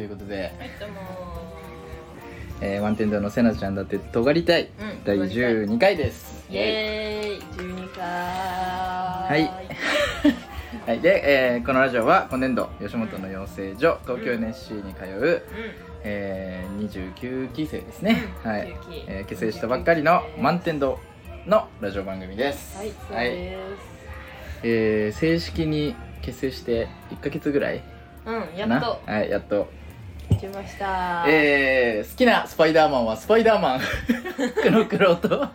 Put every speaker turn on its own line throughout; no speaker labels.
いうことで、
はいどうも
えー、満天堂のせなちゃんだって尖りたい、
うん
第12回です
イエーイ12回はい
はい、で、えーこのラジオは今年度吉本の養成所東京 NSC に通う、えー29期生ですね、
うん
はい
29期、
えー結成したばっかりの満天堂のラジオ番組です、
はいそうです
えー正式に結成して1か月ぐらい
うん
か
や
な
っと
はい、やっと
落ちました
えー好きなスパイダーマンはスパイダー マン黒黒と
もう好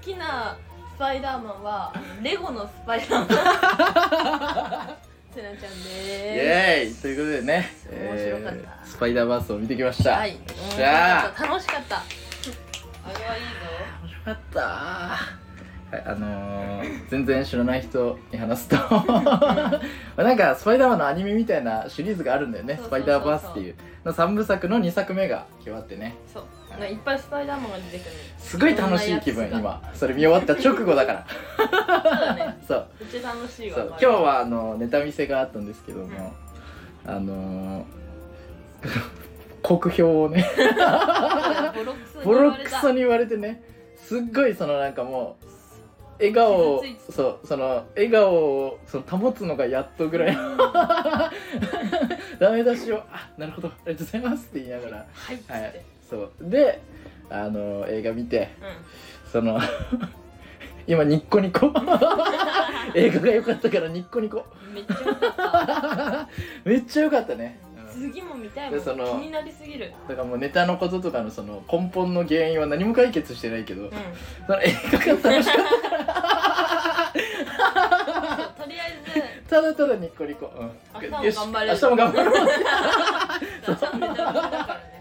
きなスパイダーマンはレゴのスパイ ダーマンせなちゃん
イ
で
エーイということでね、
面白かった
えースパイダーバースを見てきまし
す
た、
はい
よっしゃー
楽しかったあれはいいぞ
面白かったはいあのー全然知らない人に話すと なんかスパイダーマンのアニメみたいなシリーズがあるんだよね
そう
ス
そ
パ
うそうそ
イ
う
ダーバースっていうの3部作の2作目が決まってね
そういっぱいスパイダーマンが出てく る
すごい楽しい気分
そんな
今それ見終わった直後だから
そうだね
そう
うち楽しいわ
そう今日はあのネタ見せがあったんですけども、あのー 国評をね
ボロクソに
ボ
言
ロ
われ
ク
た
ソに言われてねすっごいそのなんかもう笑顔を
傷ついて
そうその笑顔をその保つのがやっとぐらいの ダメ出しを「あなるほどありがとうございます」って言いながら
はいっつって、
はいそうであの映画見て
う
その今ニッコニコ 映画が良かったからニッコニ コ
ん めっちゃ良かった
めっちゃ良かったね、うん
次も見たいも
で
ん気
その
になりすぎる
だからもうネタのこととかのその根本の原因は何も解決してないけど、
うんそ
その映画が楽しかった
うとりあえ
ただただニッコニコ、うん、
明日も
よし
頑張れる
明日も頑張ろう
ずちゃんとネタ見せだからね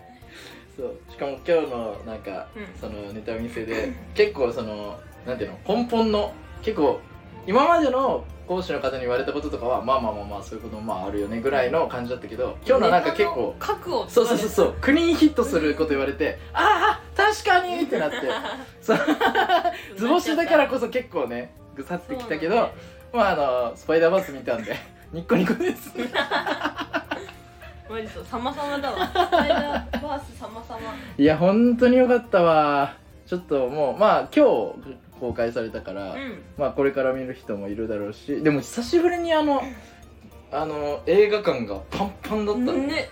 そうしかも今日のなんか、
うん
そのネタ見せで結構そのなんていうの根本の結構今までの講師の方に言われたこととかはまあまあまあまあそういうこともまああるよねぐらいの感じだったけど今日のなんか結構
ネタの核を
そうそうそうそうクリーンヒットすること言われてああ確かにってなってそう図星だからこそ結構ねぐさってきたけど、まああのスパイダーバース見たんで ニッコニコです
マジそう様々 だわスパイダーバース様々
いや本当に良かったわちょっともうまあ今日公開されたから、
うん
まあこれから見る人もいるだろうしでも久しぶりにあのあの映画館がパンパンだったの、
ね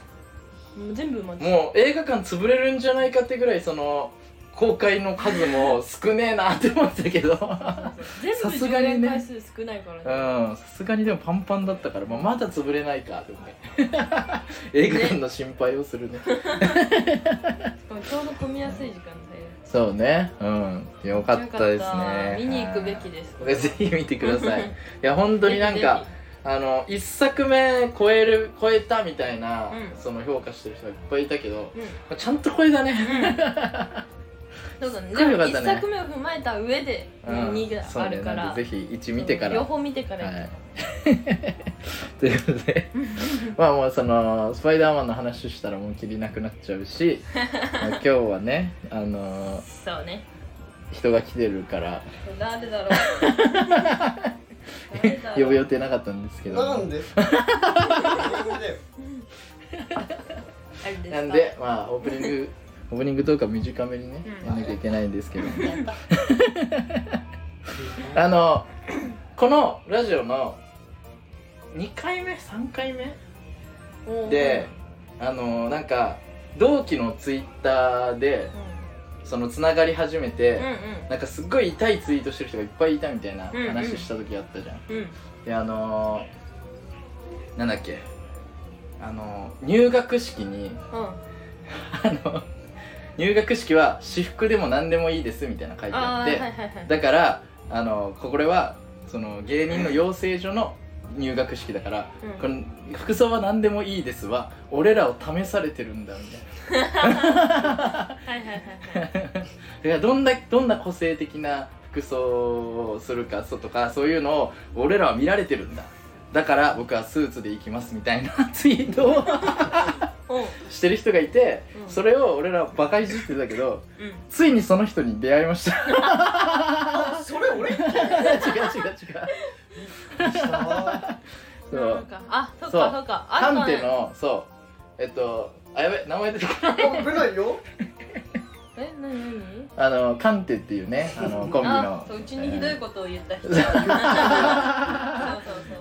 もう全部埋まっちゃっ
もう映画館潰れるんじゃないかってぐらいその公開の数も少ねえなって思ってたけ どうん
た
さ
全
さ
部
す
上
がに
演
ね
回数少ないからね
すがにでもパンパンだったから、まあ、まだ潰れないかって思って 映画館の心配をするね
しかもちょうど混みやすい時間
そうねうんよか
帯
ったですね
見に行くべきです
はいぜひ見てくださ いいや本当になん
ぜひ
か
ぜ
あの一作目超える超えたみたいな、
うん
その評価してる人がいっぱいいたけど
ひうん
まあちゃんと超えたね
そうだね。
すっごい良
でも
かっ
一
たね
作目を踏まえた上で
うん
2
そう
が
ね
あるか
なん
ら。
でぜひ1見てから
両方見てから。
は
はい
ということ でまあもうそのスパイダーマンの話したらもう切りなくなっちゃう しまあ今日はねあの
そうね。
人が来てるから
誰だろう。誰だろ
呼ぶ
う。
予定なかったんですけど
なんでなんで
あれですか
なんで。まあオープニン グオープニングとか短めにね、
うん
やんなきゃいけないんですけど
やった
あのこのラジオの2回目3回目
おー
で、あのなんか同期のツイッターで
うん
そのつながり始め
うん
て、なんかすっごい痛いツイートしてる人がいっぱいいたみたいな
うんうん
話した時あったじゃん、
うんうん。
であのー、なんだっけあの入学式に
うん。
あの入学式は私服でも何でもいいですみたいなの書いてあ
あ
っ
ー
て
はいはいはい。
だからあのこれはその芸人の養成所の入学式だから、
うん
この服装は何でもいいですは俺らを試されてるんだみたい
はいはいはいはい。
ないやどんだどんな個性的な服装をするかそうとかそういうのを俺らは見られてるんだだから僕はスーツで行きますみたいな ツイートを
おう
してる人がいて、
うん
それを俺らバカいじってたけど
うん。
ついにその人に出会いました
あ それ俺で
違う違う違う
した
そ
なん
う
かあ、そっ
そ
か
う
そっか。あ
カ
と
ン
は
テのそうえっとあやべ名前出てこない
あ出ないよ
えなになに
あのカンテっていうねあのコンビ
あ
の
そううちにひどいことを言った人そうそう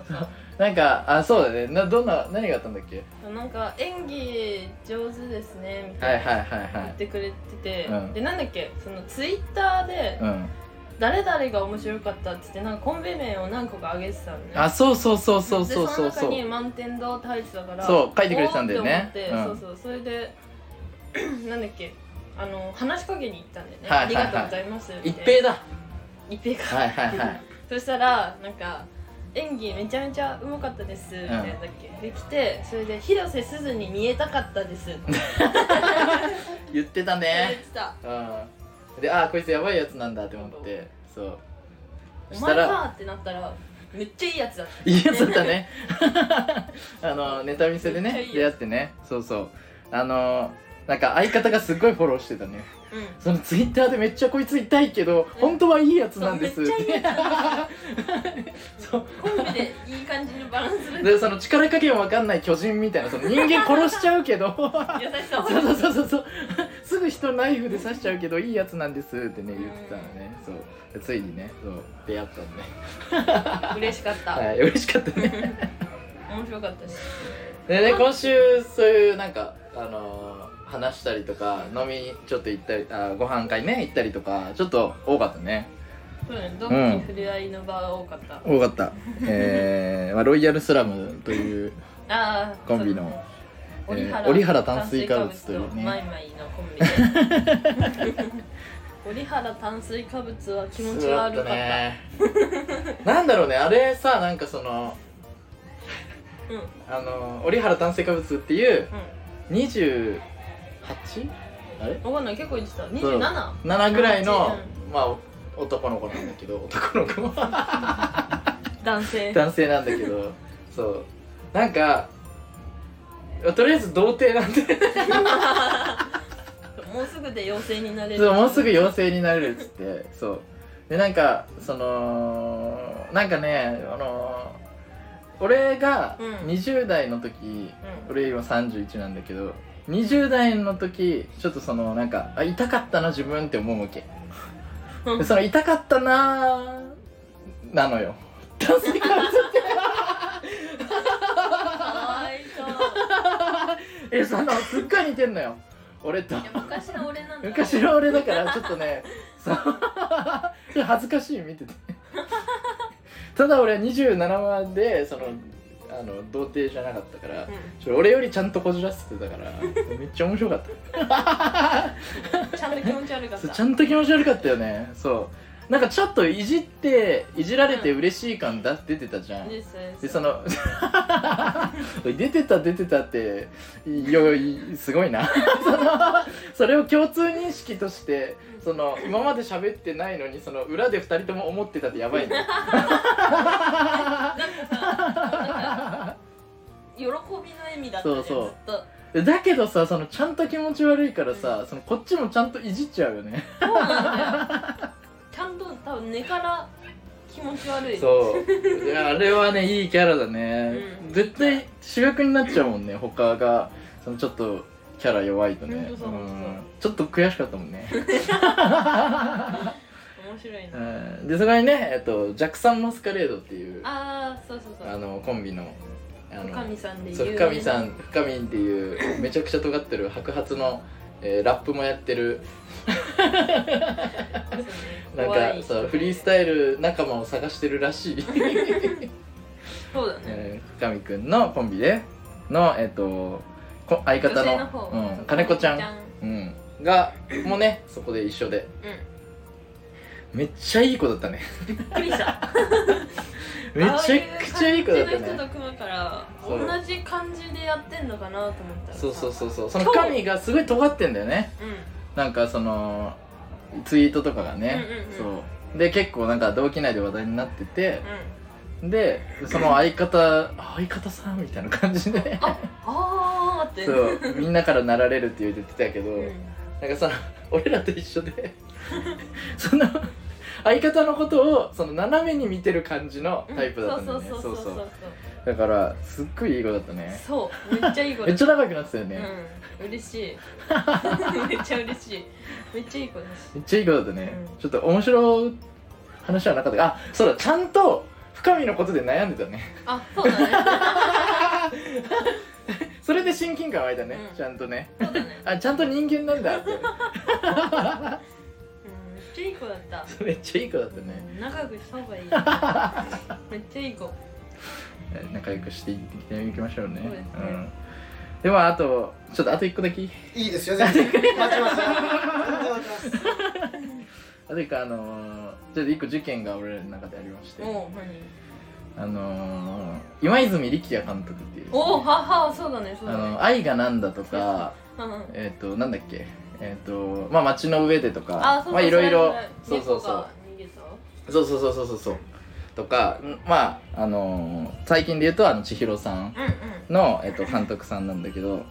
そう
なんかあそうだねなどんな何があったんだっけ
そうなんか演技上手ですねみ
は
た
い
いな
はいはいは
言っ
い
てくれてて、
うん
でなんだっけそのツイッターで
うん
誰々が面白かったっつってなんかコンビ名を何個か上げてたのね
あそうそうそうそうそうそう
で
そ
の中
う
に満点堂って入ってたから
そう書いてくれてたんだよね
おーって
うん
思って、そうそうそれで なんだっけあの話しかけに行ったんだよね、
はいはいはい
ありがとうございます
一平だ
一平か
はいはいはい
そしたらなんか演技めちゃめちゃうまかったですみたいなだっけ、できてそれで広瀬すずに見えたかったですって言っ
言ってたね
てた
うんであこいつやばいやつなんだって思ってそう
「
そ
お
した
前
ら
か!」ってなったらめっちゃいいやつだった
いいやつだったね あのネタ見せで
めっ
ね
ちゃいい
出
や
会ってねそうそうあのなんか相方がすごいフォローしてたね
うん
そのツイッターでめっちゃこいつ痛いけど
うん
本当はいいやつ
そ
な
うんめ
で
っ
す
ちゃいいやつ だった
そう
コンビでいい感じにバランスで
でその力加減わかんない巨人みたいなその人間殺しちゃうけど
優しさを
そうそうそうそうそうすぐ人ナイフで刺しちゃうけどいいやつなんですってね言ってたのねそうでついにねそう出会ったんで、ね、
嬉しかった、
はい嬉しかったね
面白かったし
でね今週そういうなんかあのー話したりとか飲みちょっと行ったりあご飯会ね行ったりとかちょっと多かったね
そうねドンキ触れ合いの場が多かった、あ
多か ったえー、まあ、ロイヤルスラムという
あー
コンビの
そうね
えー
折
折原
原炭
炭
水
水
化
化
物
物
と
というね
マイマイのコンビで折原炭水化物は気持ち悪かった
ねなんだろうねあれさなんかその
うんうん
あの折原炭水化物っていう 28? あれ
分かんない結構言ってた27
7ぐらいの、
う
まあお男の子なんだけど男の子は
男性
男性なんだけどそうなんかとりあえず童貞なん で
もうすぐで妖精になれる
そうもうすぐ妖精になれるっつってそうでなんかそのなんかねあの俺が
うん
20代の時、
うん
俺今31なんだけど20代の時ちょっとそのなんかあ痛かったな自分って思うわけ
うん
でその痛かったななのよ炭水化物って
かわいそう
えその すっごい似てんのよ俺と
いや昔の俺なんだ
昔の俺だからちょっとねそうちょっと恥ずかしい見ててただ俺は27話でそのあの童貞じゃなかったから
う
ちょ俺よりちゃんとこじらせてたからめっちゃ面白かった
んちゃんと気持ち悪かっ
そう
た
ちゃんと気持ち悪かったよねそうなんかちょっといじっていじられて嬉しい感だ出てたじゃん
ですです
でその 出てた出てたってよいすごいな そのそれを共通認識としてその今まで喋ってないのにその裏で2人とも思ってたってやばいね
喜びの笑みだったね
そうそう
ずっと
だけどさそのちゃんと気持ち悪いからさそのこっちもちゃんといじっちゃうよね
そうなんだよちゃんと多分根から気持ち悪い
そういやあれはねいいキャラだね、
うん
絶対主役になっちゃうもんね他がそのちょっとキャラ弱いとね
本当そう本当そうん
ちょっと悔しかったもん ね、
面白いな、
うんでそこにね、えっと、ジャクサン・マスカレードっていうあ
ああそうそうそう
のコンビのあの
深見さんで
そう
有名
深見さん深見っていうめちゃくちゃ尖ってる白髪の、えーラップもやってる
そうね
なん
怖い
かそうフリースタイル仲間を探してるら しい
そうだね、
えー深見くんのコンビでのえっ、とこ相方
女性
の
の方、
うん、金子ちゃんうん、がもねそこで一緒で
うん
めっちゃいい子だったね
びっくりした
めちゃくちゃいい子だった
ああい
ね
う感じの人と組むから
そう
同じ感じでやってんのかなと思ったら
そうそうそううそうその神がすごい尖ってんだよね
うん
なんかそのツイートとかがね、
うんうん
そうで結構なんか同期内で話題になってて
う、ん
でその相方相方さんみたいな感じで
ああーって
そ、うみんなからなられるって言ってたけど、
うん、
なんかさ俺らと一緒でその相方のことをその斜めに見てる感じのタイプだったんだよ
そう
ね
そうそうそうそう
だからすっごいいい子だったね
そうめっちゃいい子
め
だ
っちゃ仲良くなってたよね、
うん嬉し いめっちゃ嬉しいめっちゃいい子だし
めっちゃいい子だったね、
うん
ちょっと面白い話はなかったあそうだちゃんと深見のことで悩んでたね
あそうだね
それで親近感湧いたね、
うん
ちゃんとね
そうだね
あちゃんと人間なんだって
うんめっちゃいい子だった
めっちゃいい子だったね
うん仲良くした方がいい めっちゃいい子
仲良くしていっていきましょうね
そうですね
ん、でもあとちょっとあと一個だけ
いいですよ、全然。待ちます。全然待ちます。
あと一個あのー、ちょっと一個事件が俺らの中でありまして
おう
あのー、今泉力也監督っていうですね、
おうははそうだねそう
あ
だね
の愛がなんだとか
うんうん
えっ、となんだっけえっ、とまあ街の上でとか
あそう
まあ
だ
いろいろ
そ
そううそう
猫
そう
が逃げた
そうそうそうそうそうそうとかんまああのー、最近で言うとあの千尋さん
うんうん
の、えっ と、監督さんなんだけど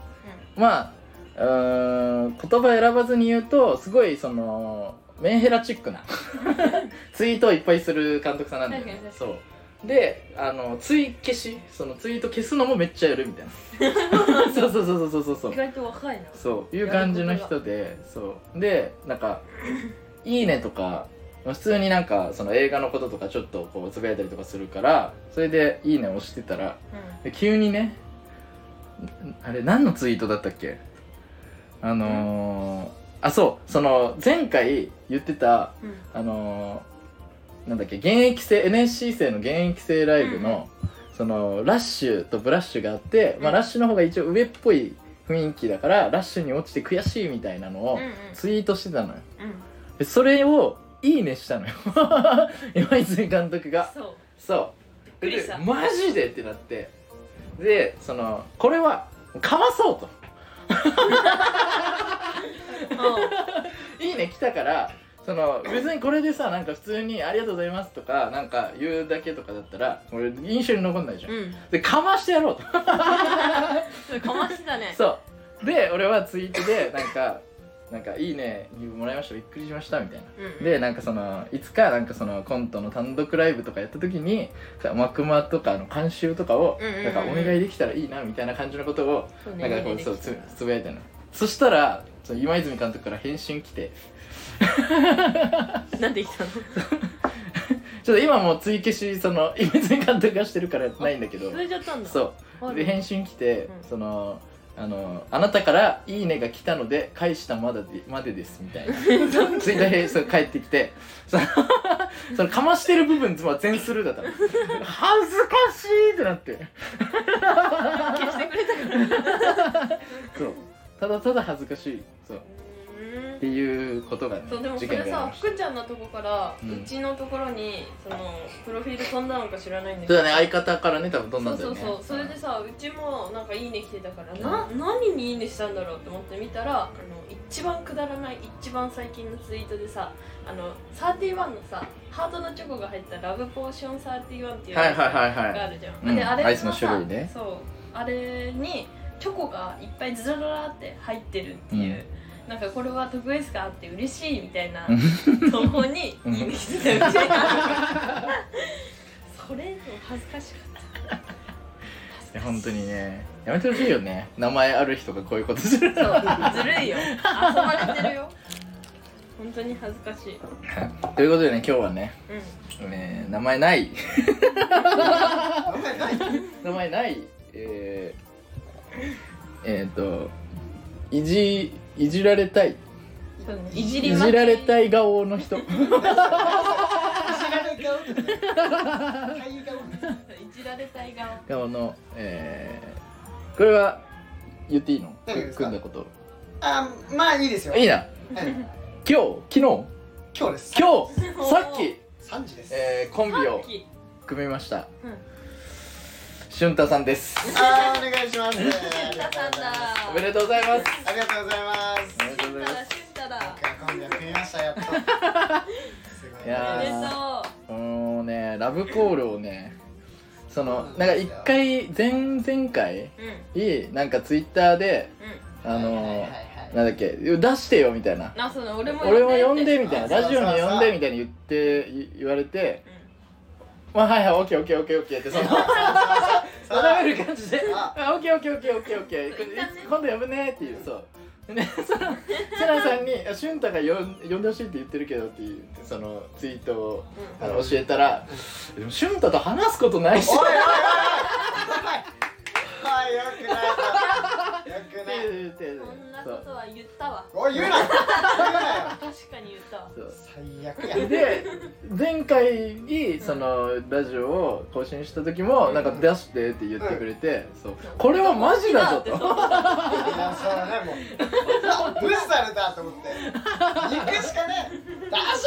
まあうーん言葉選ばずに言うとすごいそのメンヘラチック なツイートをいっぱいする監督さんなんだよね
確かに確
そうであのツイ消しそのツイート消すのもめっちゃやるみたい なそうそうそうそうそうそう
意外と若いな
そういう感じの人でそうでなんか「いいね」とか普通になんかその映画のこととかちょっとこうつぶやいたりとかするからそれで「いいね」押してたら
うん
で急にねんあれ何のツイートだったっけあのー、あそうその前回言ってた
うん
あのー、なんだっけ現役生 NSC 生の現役生ライブの、そのラッシュとブラッシュがあって、まあ、
うん
ラッシュの方が一応上っぽい雰囲気だからラッシュに落ちて悔しいみたいなのを
うんうん
ツイートしてたのよ
うん
でそれをいいねしたのよ 今泉監督が
そう
そう
びっくりした
でマジでってなってでそのこれはかわそうと
う
いいね来たからその別にこれでさなんか普通に「ありがとうございます」とかなんか言うだけとかだったら俺印象に残んないじゃん、
んうん
でかましてやろうと
それかましてたね
そうで俺はツイートでなんか「なんかいいねもらいましたびっくりしました」みたいな
うん
でなんかそのいつかなんかそのコントの単独ライブとかやった時にマクマとかの監修とかを
うんうんうん
なんかお願いできたらいいなみたいな感じのことを
そう
な
ね
んかこう
家で
そう
できた
つつぶやいたのそしたらその今泉監督から返信来て
なんで来たの
ちょっと今もう追消しその 今泉監督がしてるからないんだけど
それじゃったんだう
そうで 返信来て、
うん
そのあのあなたから「いいね」が来たので返したまだでまでですみ たいなツイッター返信返ってきてそのそのかましてる部分は全スルーだったの恥ずかしいってなって
消してくれたから
そうただただ恥ずかしいそう
う
っていうことがね
そうでもそ
事
れ
件がありま
さ
した
福ちゃんのとこから、
う
うんちのところにそのプロフィール飛んだのか知らないんだけ
そう
ど
だね相方からね多分どん
そ
な
うん
だ
そ
よ
う
ね
そうそれでさうちもなんか「いいね」来てたから、な何に「いいね」したんだろうと思って見たらあの一番くだらない一番最近のツイートでさあの31のさハートのチョコが入った「ラブポーション31」っていう
は
や
い
つ
はいはい
が
は
あるじゃん、
うん
であ
ア
れ
イスの種類ね
そうあれにチョコがいっぱいズラララって入ってるっていう、なんかこれは特別感あって嬉しいみたいな
うん
投稿に
うん
いいねしてたみたいなそれ恥ずかしかった
いいや本当にねやめてほしいよね名前ある人がこういうことする
そうずるいよ遊ばれてるよ本当に恥ずかしい、
ということでね今日はね、
うん、
えー名前ない
名前ない。
名前ないえー、えー、といじいじられたい
そうねいじ
い
りま
じられた
い
い顔の人
知らない顔とか。はい顔。
いじられたい顔
顔のえー、これは言っていいの
大丈夫ですか
組んだこと
あ、まあいいですよ。
いいな
はい
今日昨日
今日です。
今日さっき、
三時です。
えー、コンビ
さ
を
っき
組みました
うん
俊太さんです
あー、お願いします。あり
俊
が
太さん
とうございます。
だ
おめでとうございます
ありがとうございます。
おめでとうございます
俊太だ
なんか今夜食いましたや っと。すごいね。
いや
おめでとう
もうねラブコールをねそのなんか一回前々回
うん
になんかツイッターで
うん
あの
はいはい
なんだっけ出してよみたいな
なその俺も
俺も呼んでみたい
な
な
そう
ラ
そう
ジ
そ
オ
う
に呼んでみたいに言ってい言われてまあはいはいオッケーオッケーオッケーオッケーって その定める感じで
あ
あオッケーオッケーオッケーオッケーオッケーこれ
一旦ね
今度呼ぶねっていうそう ねそのセラさんにあ「俊太が呼ん呼んでほしいって言ってるけど」っていうそのツイートをあの教えたら「でも俊太と話すことないし」
おいおいおいおい
っ
はいよくないよく
て
ない
言って
こんな
そ
こ
う
とは言ったわ
おい言うな言うなよ
確かに言ったわ
そう
最悪や
で前回にそのラジオを更新した時もなんか出してって言ってくれて、そうこれはマジだぞと
いやそうだねもう無視されたと思って行くしかねえダッシ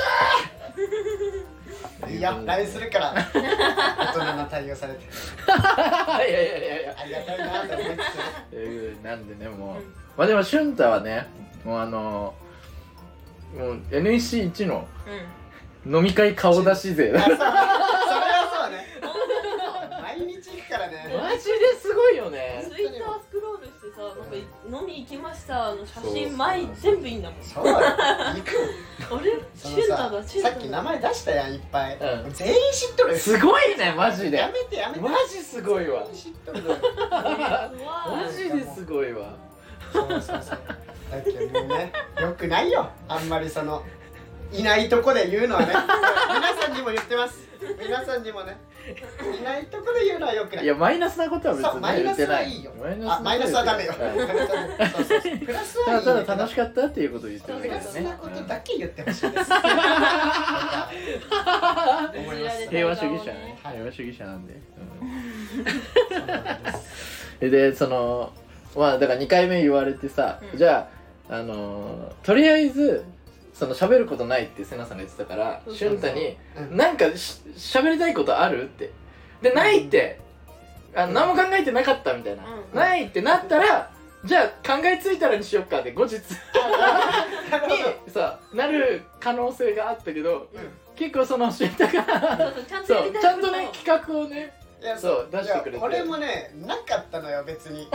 ュいや LINE するから大人な対応され
い
て
やいやいやいや
ありがたいなって思って
ということでなんでねもう、
うん
まあでも俊太はねもうあのもう NEC1 の
う
飲み会顔出し勢
あ
マ
そうそれはそうね毎日行くからね
ジですごいよね
んツイッタースクロールしてさなんか飲み行きましたの写真前全部いいんだもん
そうよ行くよ
あれ
そ
シ
の
ュンタ
さ
だシュン
さ
タ
っき名前出したやんいっぱい、
うん
全員知っとる
すごいねマジで
やめてやめて
マジすごいわ
全員知っとるよ
マジですごいわ
そうそうそうだけどねよくないよあんまりそのいないとこで言うのはね皆さんにも言ってます皆さんにもねいないとこで言うのはよくない
いやマイナスなことは別
そう
に
マイ
言
ナ
っ
ス
てな
はいいいよあ
マ
マ
イ
イ
ナ
ナ
ス
ス
は
は
ダ
ダ
メ
メ
よ
よ
はい
そうそうそうプラス
ただ
はいい
た
ね
だ楽しかったっていうことを言って
そ
るだけ
うプ
で
ラ
す
ス
ね
なことだけ言ってほし いです思います
平和主義者ね
はい
平和主義者なんで、
そうなんです
うん、でそのまあだから2回目言われてさ、
うん
じゃああのーとりあえずその喋ることないって瀬名さんが言ってたから
そうそう
俊太に
う
「
ん
なんかし喋りたいことある?」ってで「ない」ってあ何も考えてなかったみたいな「
うん
ない」ってなったらじゃあ考えついたらにしよっかで後日
なるほど
にさなる可能性があったけど
うん
結構その俊太 が
ちゃんと
そうちゃんとね企画をね
いや
そう出してくれて
いや俺もねなかったのよ別に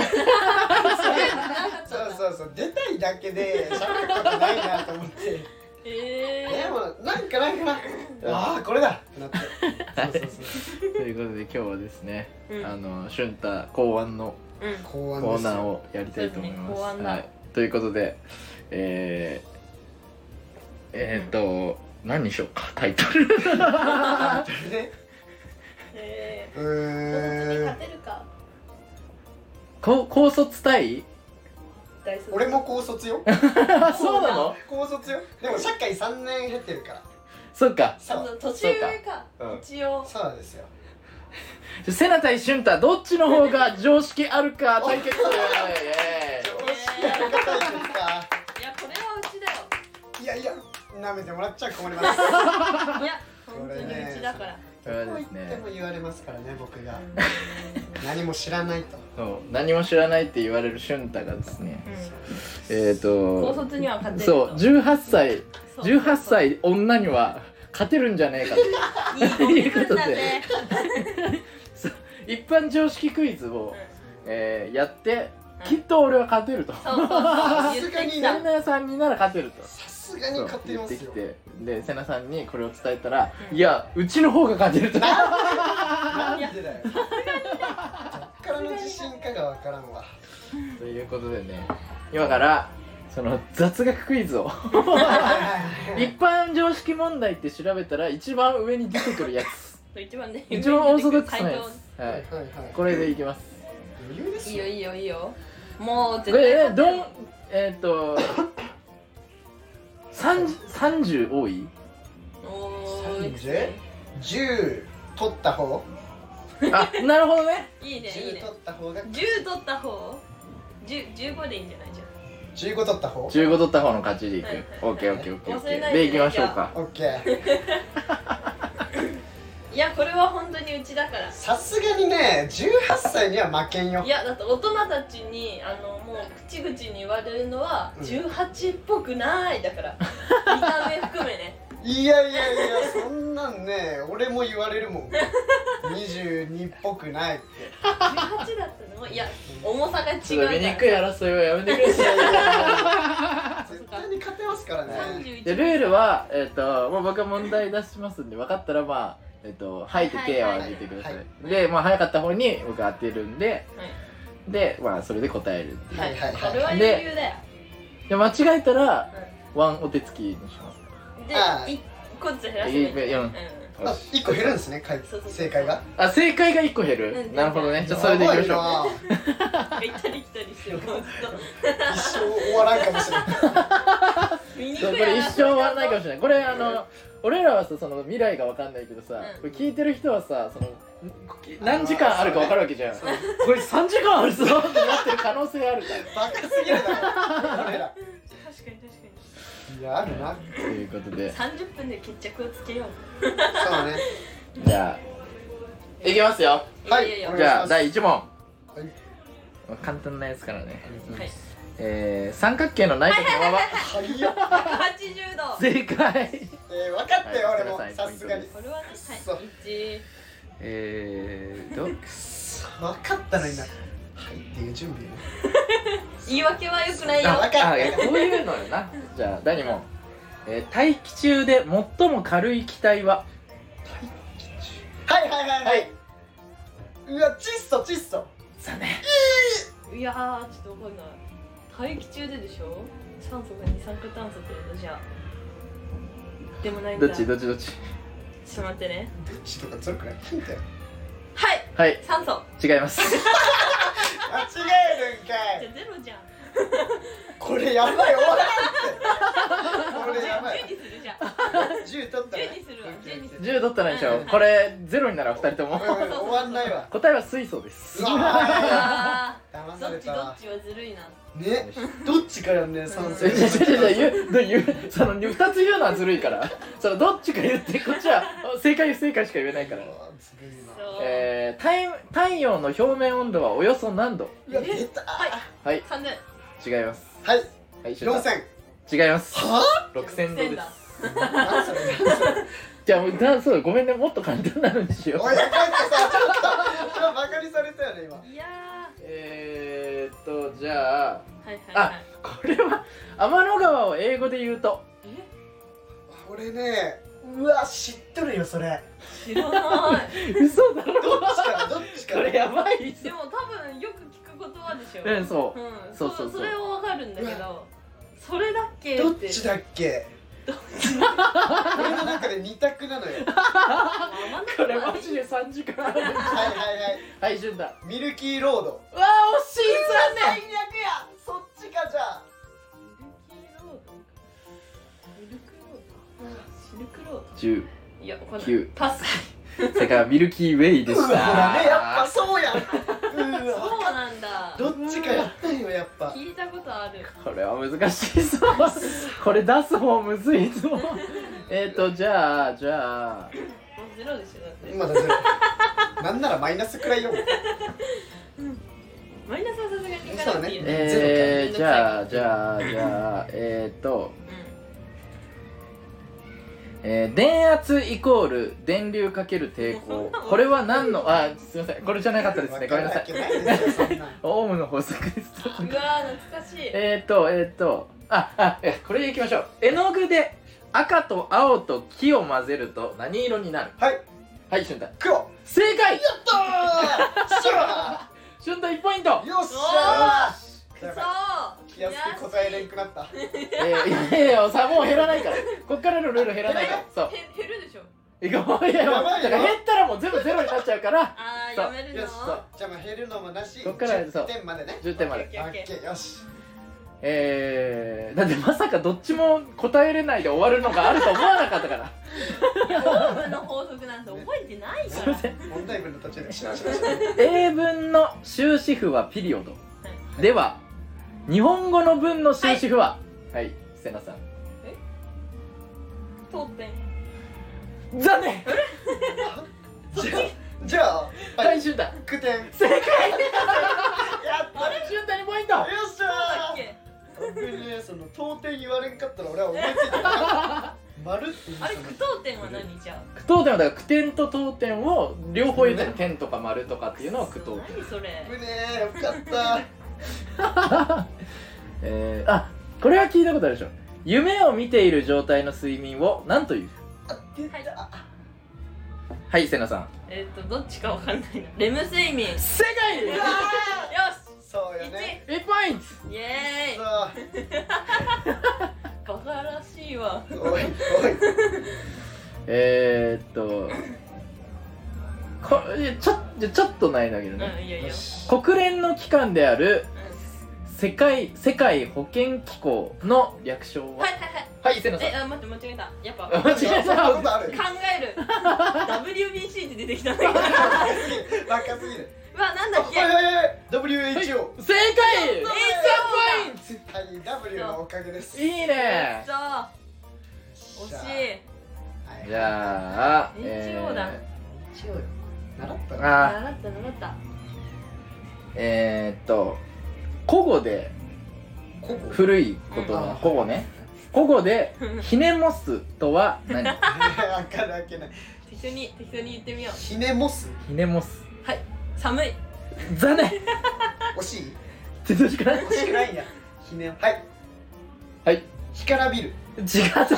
そうそうそう出たいだけで喋ることないなと思ってで
え
もなんかなんかなああこれだってなってそうそうそう
ということで今日はですね
え
あの俊太考案の
考案
コ
で
ー
す
ナー
よ
をやりたいと思いま
そう
す。
ですね考案だ
はい、ということで、えー、えー、っと、何にしようか、タイトル。
ね
ええ
う
に
ーん
勝てるか
こ高卒 対
大卒
俺も高卒よ
あ、そうなの
高卒よでも社会3年減ってるから
そっか。
そ
あ
う
の年上か
うん
一応
そうなんですよ
じゃセナ対俊太、どっちの方 が常識あるか対決する。
常
イ
識ある方いですか
いやこれはうちだ
いやいや舐めてもらっちゃ困ります
よいや本当にうちだから
エーイこれはで
う言っ
す
て
ね
も。言われますからね僕が
うん
何も知らないと
そう何も知らないって言われる俊太がですね、
うん
えー、っと
高卒には勝てる
そ
と
う18歳
そう
18歳女には勝てるんじゃねえかと
いい子見るんだね
一般常識クイズを、えーやってきっと俺は勝てると
そうそうそう言
さ
っ
すが
てき
に
た
な
セナさんになら勝てると
さすがに勝って
言
ま
っ
す
てき
よ
てでセナさんにこれを伝えたら「
うん
いやうちの方が勝てる」と
なんでだよ。どっからの自信かがわからんわ。
ということでね今からその雑学クイズ を一般常識問題って調べたら一番上に出てくるや つ
一番ね
一番オーソドックスな
回
や
答
つ、はい、
はいはい。
これでいきます
余裕です
いい
よ
よ。いいよいいよもう
こ
絶対
れ
勝て
ど
る
んえーっと 30, 30多 い
おーいくつ
30十取った方。
あなるほどね
いいね
十
いい
取
ね
った方が。
10取った方10 15でいいんじゃないじゃん
十五取った方。
15取った方の勝ちでいく
はいはい
OKOKOK でいきましょうか
オッケー。
いやこれは本当にうちだから
さすがにね、十八歳には負けんよ
い。やだって大人たちにあのもう口々に言われるのは
うん
18っぽくないだから見た目含めね
いやいやいや、そんなんね俺も言われるもん22っぽくないって
18だったのいや重さが違う
ちょっと見にくい
い
争いはやめてくだ
い
さい
やいやいや絶対に勝てますからね
31
でルールは、えっともう僕は問題出しますんで分かったらまあえっ、と「はい」と「手を挙げてください、
はい
で、まあ、早かった方に僕当てるんででまあそれで答えるっていう
はい、
はいはいはい
それは余裕だよ
で間違えたらワンお手つきにします
で
あー
1個ずつ減ら
いい
し
べ
て
う
うんん
よ
あ
し
一個減るんですね回
そうそう
正解が
あ正解が1個減る
うん
なるほどねじゃあそれでいきましょう
やばいな
行ったり来たりしてる
一生終わらんかもしれない
見にくい
そうこれ一生終わらないかもしれないこれあの俺らはさその未来が分かんないけどさ、
うん
これ聞いてる人はさその何時間あるか分かるわけじゃん
そうね
これ3時間あるぞってなってる可能性あるから
バカすぎるだろ俺ら
確かに確かに
いやあるな
ということで
30分で決着をつけよ
そうね
じゃあいきますよ
う
はい
いやいや
お
じ
願いし
ゃ
ま
あ
す
第1問
はい
簡単なやつからね、
はい
えー、三角形の内角のまま
はいよ
80度
正解
えー分かったよ
はい
俺も
くだ
さ
さい
すがに
これはね
そう
はい1
えーと
分かったのになはいっていう準備ね
言い訳は良くないよ
あ
わかった
あいやこういうのよなじゃあ第2問、えー大気中で最も軽い気体は
はいはいはいはいうわ窒素窒素
だね
いやーちょっとわかんない大気中ででしょ酸素が二酸化炭素ってことじゃあでもないん
ど
だ
っちどっちどっち
ちょっと待ってね
どっちとかそれくらいヒントや
はい
はい
酸素
違います
間違えるんか
じゃ
い
あゼロじゃん
これやばい終わらんってこれやば
10
い
にす るじゃん
10取ったね
10にするわ10にする
10取ったらいいでしょこれゼロになら2人とも
うんうん終わんないわ
答えは水素です
うわ
あ
ー騙
ーど
され
っち
た
ど
わ
っちはずるいな
ねどっちからね酸素
え違う違う違う言う言うその2つ言うのはずるいからそのどっちか言ってこっちは正解不正解しか言えないから
うわずるいな
そう、
えー、太太陽の表面温度はおよそ何度
うわ出た
はい
はい
三千
違います
はい
はい一緒だ
4000
違います
は
6000度です
あ何それ何それ
じゃあもうだそうごめんねもっと簡単なのにしよ
お
う
いなんかさちょっと今バカにされたよね今
いや
えーっとじゃあ
ーはいはい
あ
はい
これは天の川を英語で言うと
え
俺ねうわ知っとるよそれ
知らない
嘘だ
ど
ろ
っちからどっち
こ
から
れやばい
でも多分よく聞く言葉でしょ
うんそう
うん
そ
そう
そうそう
それはわかるんだけどそれだっけて
どっちだっけ俺の中で二択なのよ
これマジで3時間ある
はいはいはい
はい順だ
ミルキーロード
うわー惜しい残
最悪やそっちかじゃあ
ミルクロードシルクロー
念
ドいやわかんない
九
パス
世界はミルキーウェイで
う
し
わ
た
ほらねやっぱそうやんう
そ
わ
うなんだ
どっちかやったんよやっぱ
聞いたことある
これは難しいぞこれ出す方むずい ぞえっとじゃあじゃあ
もうゼロでしょだって
今だぜなんならマイナスくらいよ
マイナスはさすがにいかなくていいよね
えー、じゃあじゃあじゃあえっ、と、えー電圧イコール電流かける抵抗これは何のあすいませんこれじゃなかったですねごめんなさい
わかるわけないですよそんな
オウムの法則です
うんうわー懐かしい
えーとえーとああえこれでいきましょう絵の具で赤と青と黄を混ぜると何色になる
はい
はい俊太
黒やっ
正解
たーしゃ
俊太1ポイント
ーよっしゃー
そ
や
う
ばい気安く答えれんくなった
えー、いやいやいやさもう減らないからこっからのルール減らない からそう
へ減るでしょ
いやもういやもう
やばいよ
だから減ったらもう全部ゼロになっちゃうから
あー
そう
やめるの
よしそうじゃあまあ減るのもなし
こっからそう
10点までね
10点まで
オッケーオッケーオッケー
オッケーよし
えー、だってまさかどっちも答えれないで終わるのがあると思わなかったから
オウムの法則なんて覚えてないから
問題文の途中でしなしなしな
英文の終止符はピリオド、では日本語の文の終止符ははい、瀬名さん
当店
残念
じゃあじゃあは
大
い
い俊太
9点や
正解
ったよ
俊太にポイント
っし
そうだ
ゃ
っ
ー
け
僕ねその到底言われんかったら俺は思いついた丸って言
あ
っ
れ
て
句読点は何じゃ
句読点はだから句点と当点を両方言ってる点とか丸とかっていうのを句読点
何それ
危ねえよかった
えー、あこれは聞いたことあるでしょ夢を見ている状態の睡眠を何という
あ出た、
はい瀬名さん
えっとどっちかわかんないなレム睡眠よし
正解
うわそうよね
!1 ポイント
1イエーイ
そ
バカらしいわ
うおいおい
えー、っとこいやちょちょちょっとないんだけど
うん
ね、
いやいや
国連の機関である
うん
世界世界保健機構の略称は、
はいはいは
は
い
い、瀬野さん
えあ待って間違えたやっぱ
間 違え
そんなこ
た
とある
考え る WBC って出てきたんだけ どう
若すぎる若すぎる
わなん
あ
だっ
はい
け
はいはい WHO は
正解
そう
3ポイン
い W のおかげです
トいいね
そう惜し
はい
じゃあ、
延長だ
一応よ習った
えー
な
あ
習った習った
えー、っと古語で
ここ
古い言葉の古語ね古語でひねもすとは何
分かるわけない
適当に適当に言ってみよ
ひねもす
ひねもす
う寒い
残念っ
惜しい
てどうしかない
惜しくないんやひねはい
はい
干からびる
違う
初め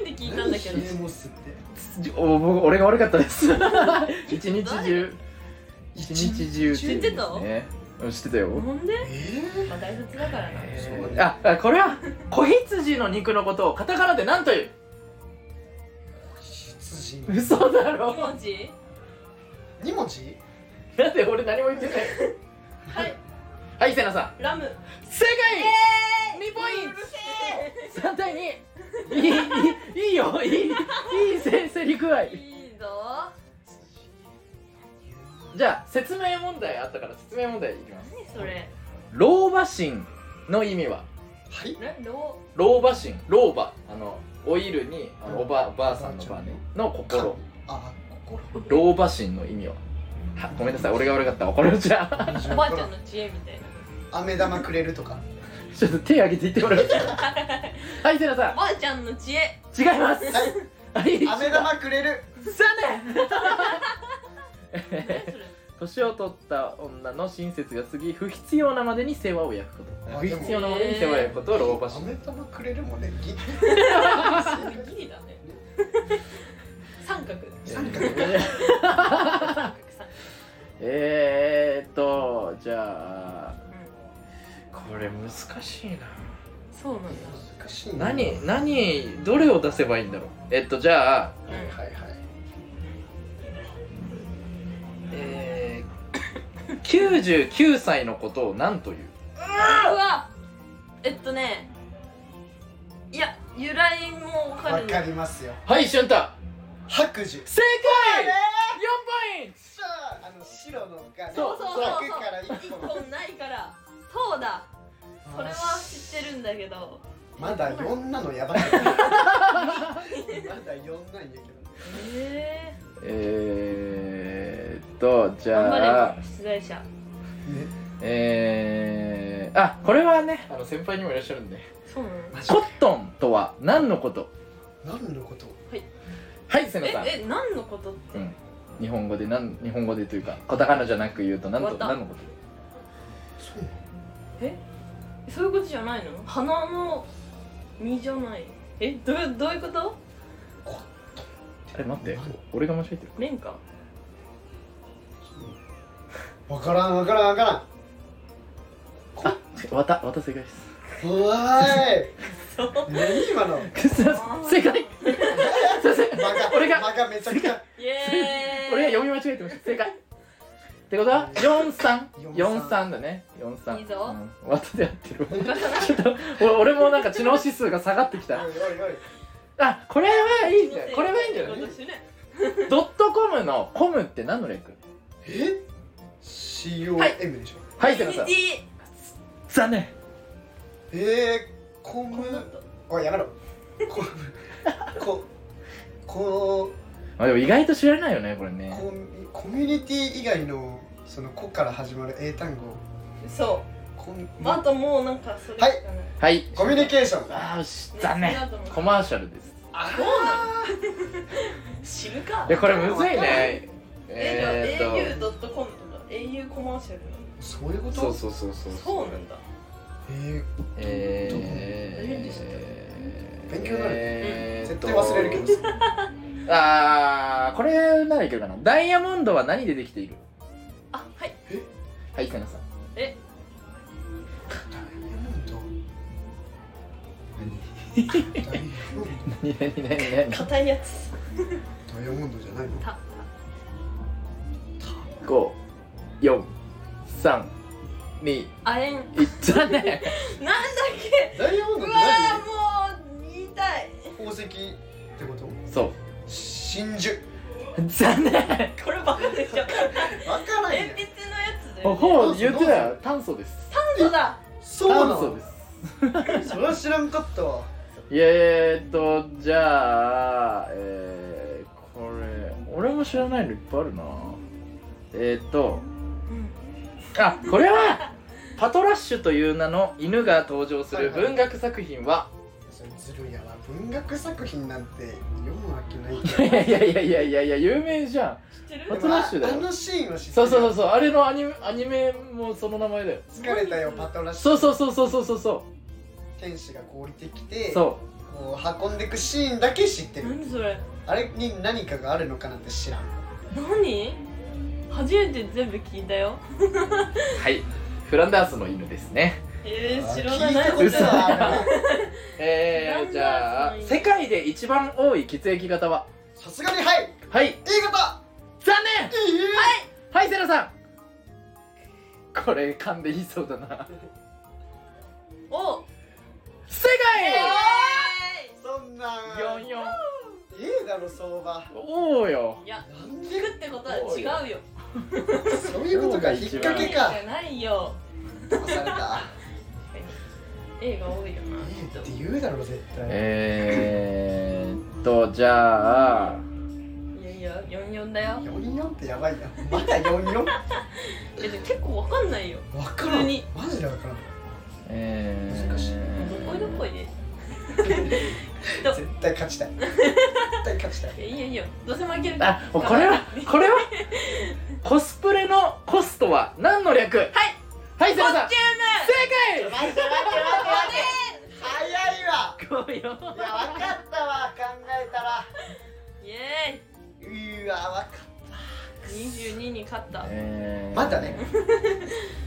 て聞いたんだけど
ひねもすって
お僕俺が悪かったです 一日中一日中
知ってた
ねうん知ってたよ
なんで、
え
まあ、大卒だからな
え
そう
ー
ああこれは子羊の肉のことをカタカナで何という
羊
嘘だろ
2文字
二文字
なんで俺何も言ってない
はい
はい瀬名さん
ラム
正解2ポイン
うるせ
ト3対2いいいいいいよいいいいせせり具合
えいいぞ
じゃあ説明問題あったから説明問題いきます
何それ
老婆心の意味は
はい
なロ
老婆心老婆あのオイルにあの
うん
おばおばあさんのばねの心
あ心
老婆心の意味ははごめんなさい俺が悪かったわこれをじゃあ
ーおばあちゃんの知恵みたいな
飴玉くれるとか
ちょっと手挙げて言ってもらえますかはい瀬名さ
おばあちゃんの知恵
ん違います
はい
はい
飴玉くれる
残念
何それ
年を取った女の親切が過ぎ不必要なまでに世話を焼くこと
あ
不
でも
必要なまでに世話を焼くことを老婆心
飴玉くれるもねぎ
ギリだね三角
三角
三角三角
えーっとじゃあこれ難しいな
そうなんだ
難しいな
何何どれを出せばいいんだろうえっとじゃあ
はいはいはい
えー、99歳のことを何という
うわえっとねいや由来もわか
わ
る
かりますよ
はい俊太
白寿
正解4ポイント
さああの白のがね
そう
そうそうそう
100から1
1
個
本ないからそうだそれは知ってるんだけど
まだ4なのやばいまだ4なんやけど
ええ
えー、っとじ
頑
ゃ
張
あ
れ出題者
ね
えー、あこれはねあの先輩にもいらっしゃるんで
そうなの
コットンとは何のこと
何のこと
はい瀬野さん
ええ何のことって、
うん日本語でなん日本語でというかカタカナじゃなく言うと何と
終わった
何のこ
そう
そういうことじゃないの花の実じゃないえどうどういうこと
とあれ待って俺が間違えてる
蓮か
わからんわからんわからん
わたわた正解です
おー
そう
い何今の
くそ 正解すいません
間が
俺が
間がめちゃくちゃ
イ エーイ
俺が読み間違えてました正解ってことは四三四三だね四三
いいぞ
うん、わたで合ってるちょっとお俺もなんか知能指数が下がってき
おい
た
おいおい
あこれはいいんじゃないこれはいいんじゃない
今年ね
ドットコムのコムって何の略
え ?COM でしょ
はい瀬野さん
TT
残念
えーコムおいやめろコムここ
まあでも意外と知られないよねこれね
コミコミュニティ以外のその「こ」から始まる英単語
そ
こコミ
あともうなんかそれしかない、
はい
コミュニケーションだ
あーし残念コマーシャルです
あ
どうな知るか
いやこれむずいねえーっ
えー、au.com とか au コマーシャル
そういうことと
そうそうそうそう
そうなんだ
え
えー、
勉強になる
え
ー
ーっ
絶
と
対忘れるけどさ
あーこれならいけるかなダイヤモンドは何でできている
あはい
はい瀬名さん
ダイヤモンド
何
何ダイヤモン
何何何
硬いやつ
ドダイヤモンドじゃないの
たた
五、四、三、二、
あれんなんだっ
残念。
け
ダイヤモン
う
ド
わ
って
ーもう言いたい
何宝石ってこと
そ
真珠
う。残念。
これバカでしょ
わからん
鉛筆の
や
やつだよ、ね、
ほう言ってたよ。炭素です。
そうだ
そうな
炭素
の
です。
それは知らんかったわ
いやえーっとじゃあ、えー、これ俺も知らないのいっぱいあるな。えー、っと
うん
あこれはパトラッシュという名の犬が登場する文学作品は。
それずるいやわ文学作品なんて読むわけない
いやいやいやいやいやいや有名じゃん。
知ってる
パトラッシュだよ
でもああのシーンは知ってる
そうそうそうそうあれのアニメアニメもその名前だよ。
疲れたよパトラッシュ
そうそうそうそうそうそうそ
天使が降りてきて
う。そう。
こう運んでくシーンだけ知ってる
何それ
あれに何かがあるのかなんて知らん
何初めて全部聞いたよ
はい、フランダースの犬ですね。
えー、知ら
あ
な
聞
い
いた
何
こ
それ
とはあるね
え
フラ
ー、
ンダースの犬
じゃあ、世界で一番多い血液型は
さすがにはい A
はい、
型
残念
ええ
はい、セラさんこれ噛んで言いそうだな。
お
世
え
そんなん
界四四。
ええだろ相場
おおよ
ー、。いや
なん
聞
で
くってことは違うよ
そういうことか引っ掛け
じゃ
か
ないよ
騙された
A が多いよな
A って言うだろ絶対、
えーっと、じゃあ、
いやいや44だよ
44ってやばいなまだ 44? わ
いやでも結構わかんないよ
から
普通
ん
に
マジでわからん
えー、
難しい
どこいどこいで
絶対勝ちたい絶対勝ちたい
いやいやいやどうせ負けるから
あ、もうこれは、これは、コスプレのコストは何の略はいはい、セ
コ
ラ
ス
さん
チ
正解
待って待って待って早いわ
こうよ
いや分かったわ考えたら
ュームイエ
うーわ分かっ
ーイ22に勝った
え
た
ー
またね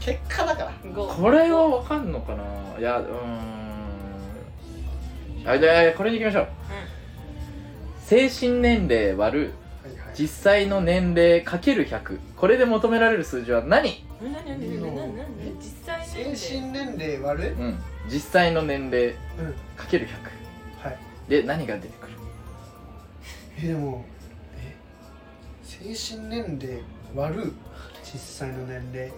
結果だから
5
これはわかんのかないやうーんあじゃあこれに行きましょう、精神年齢割る
はいは
実際の年齢かける100これで求められる数字は何
何何何何何何実際年
精
齢
神年齢割る
うん実際の年齢
うん
かける100
はい
で何が出てくる
えでもえ精神年齢割る実際の年齢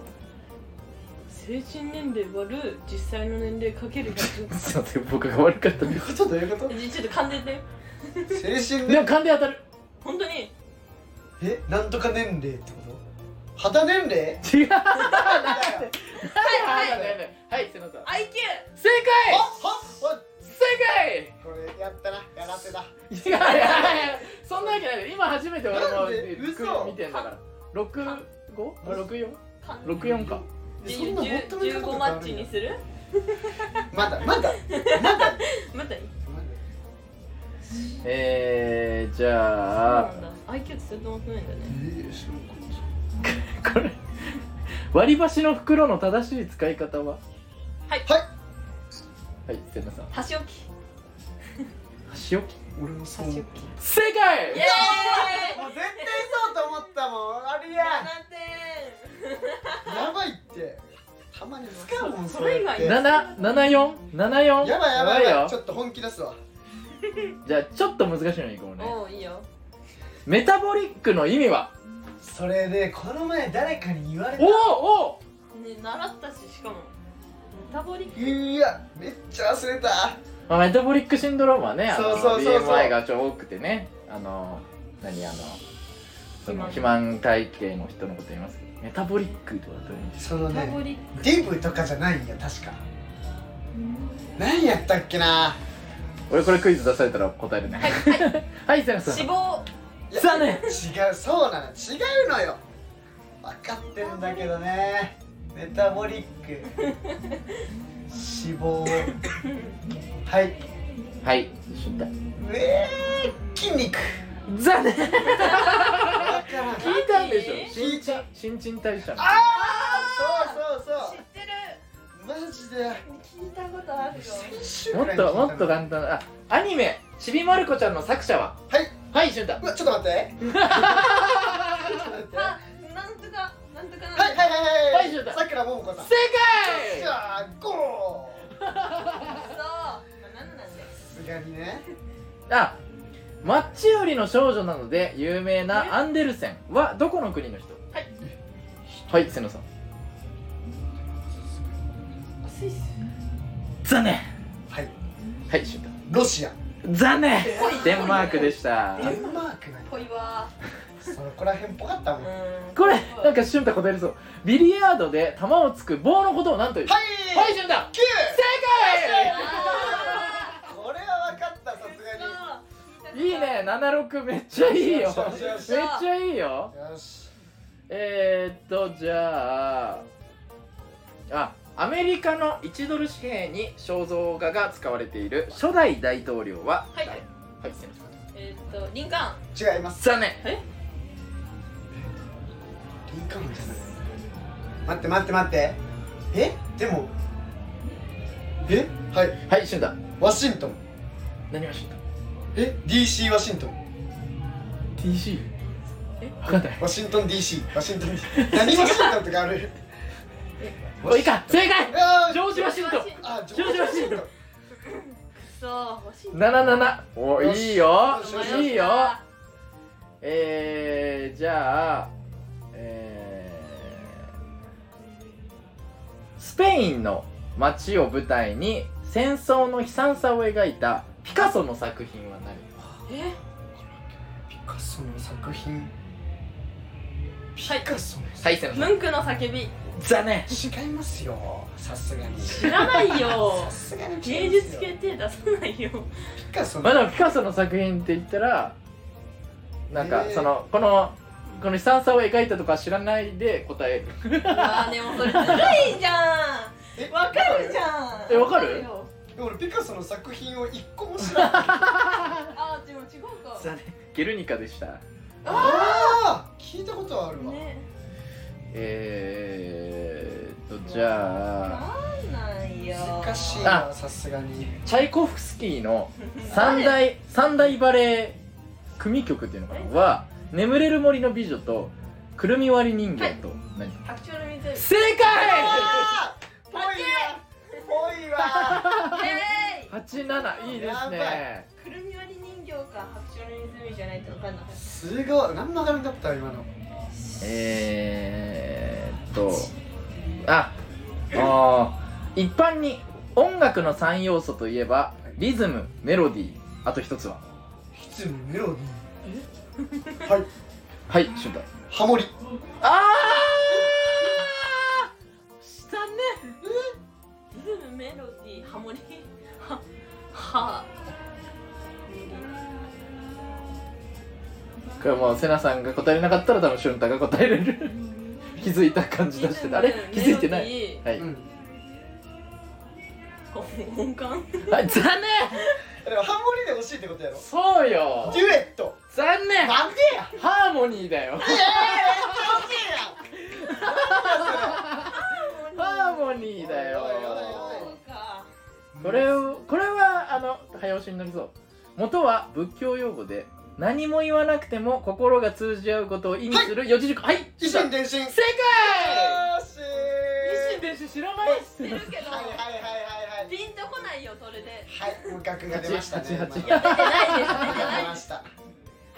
精神年齢割る実際の年齢かける100
すいません僕が悪かった
どういうことどういうこと
えちょっと勘で言って
精神
で
年
も勘で当たる
本当に
えなんとか年齢ってこと肌年
違
齢
うはい
はい
はい
はい
はいすいません正
IQ
お
解
お
正
おこれやったなやらせだ
解違ういやいやいやそんなわけない今初めて俺
な
も
んで嘘
見てんだから六五あ六四
勘
六四か。
えそんな求め方
15
変
マ
わ
ッ
る
チ
んや
にする
まだまだまだ
待って
えー、じ
そう
ゃ
な
あ
んだ IQ ってそれともないんだね
これ割り箸の袋の正しい使い方は
はい
はい
はい千奈さん
箸置き
箸置き
俺もそう
箸置
思っ
き
正解
イエーイ
たもう絶対そうと思ったもんあれや
7点
やばいってたまに使うもんそれ
それ以外
や
七七四七四
ばいやばいやばいちょ
よ
っと本気出すわ
じゃあちょっと難しいのにいこうね
おおいいよ
メタボリックの意味は
それでこの前誰かに言われ
おおお
ね習ったししかもメタボリック
いやめっちゃ忘れた
まあ、メタボリックシンドロームはねあの
そうそうそうそう
BMI がちょ多くてねあの何あのその肥満体型の人のこと言いますけどメタボリックとかどういうんです
その
タボ
ね
リッ
デブとかじゃないんよ確か
クうん
何やったっけな
俺これクイズ出されたら答えるね
はいはい
はいセナさん
脂肪
残念
違うそうなの違うのよ分かってんだけどねメタボリック脂肪はい
はい一緒だ
えー、筋肉
残念
だからん
聞いたんでしょ
何
新陳新陳代謝の
ああそうそ
知
うそ
って
うマジ
る
で
聞いたことあるよ
先週
も
く
っ
らいに
と
聞いたの
もっと簡単なあアニメ「ちびまる子ちゃん」の作者は
はい
はい俊太
うわちょっと待ってちょ っと待って
あなんとかなんとかなんとか
はいはいはい
はい
は
ちょっ
い
と
さくらももこさ
正
んじ
解
ゃあゴー
そうまあなんなんだよ
さすがにね
あマッチ売りの少女なので有名なアンデルセンはどこの国の人
はい
はい瀬野さん
スイス
残念
はい
はい俊太
ロシア
残念
ぽい
デンマークでした
デンマークなんだ
ぽいわ
そこら辺っぽかったもん
う
はい
ん
これなんか俊太答えるそうビリヤードで球をつく棒のことを何というはい俊太
九。
正
あ
これは分かったさ
ー
すが
解いいね76めっちゃいいよめっ
よしよし
ちゃいいよ
によし
えー、っとじゃああアメリカの1ドル紙幣に肖像画が使われている初代大統領は
はい
はいすいませ
えーっとリンカーン
違います
ん残念
リンカーンじゃない待って待って待ってえでもえはい
はい俊太
ワシントン
何が俊太
え DC ワシントン
TC え分かんない
ワシントン DC ワシントン DC 何ワシントンってかある
おいいか正解
あ
ジョージ・ワシントン
あ
ジョージワシントン
そう欲しい
77お
よ
い
し
いよ
よしよし
いいよえー、じゃあえー、スペインの街を舞台に戦争の悲惨さを描いたピカソの作品は何
え
ピカソの作品ピカソの
再生の
ムンクの叫び
残念
違いますよさすがに
知らないよ
さすがに違いますよ
芸術系手出さないよ
ピカソ
まあ
の
でもピカソの作品って言ったらなんか
えー
そのこのこの悲惨さを描いたとか知らないで答える
あでもそれずるいじゃ
え
んわかるじゃん
えわかる
よ
俺ピカソの作品を一個も知らない
あでも違うか
念ゲルニカでした
あー聞いたことあるわ
ね
えーっとじゃあ
わかんないよ
難しい
あ
なさすがに
チャイコフスキーの 三大三大バレエ組曲っていうのかなは「眠れる森の美女」と「くるみ割り人形と」何
白鳥の湖イエ
正解
あーぽいわぽいわ
ーイ
87いいですね
くるみ割り人形か白鳥の湖じゃないとわかんなかっ
すごい何の画面だった今の
えーっとああー一般に音楽の3要素といえばリズムメロディーあと一つはい
つもメロディーはい
はい俊太
ハモリ
あーしたね
たリズムメロディーハモリはは
これもうセナさんが答えれなかったら多分俊太が答えれる気づいた感じ出してたあれ気づいてない
い
はい、
うん
音感
はい、残
でもハモリで欲しいってことやろ
念そうよ
デュエット
残念
なんでや
ハーモニーだよ
ええめっ
ハーモニーだよ
おいおい
そうか
これをこれはあの早押しになりそう元は仏教用語で何も言わなくても心が通じ合うことを意味する四字熟語はい
欲しい
正
やん
解
以心伝心よーし
維新
は
伝心知らないっす
知ってるけど
いはいはいはいはい
ピンとこないよそれで
はいもう額が出ましたね
八八八
いや出てないです出て
今
ない
出ました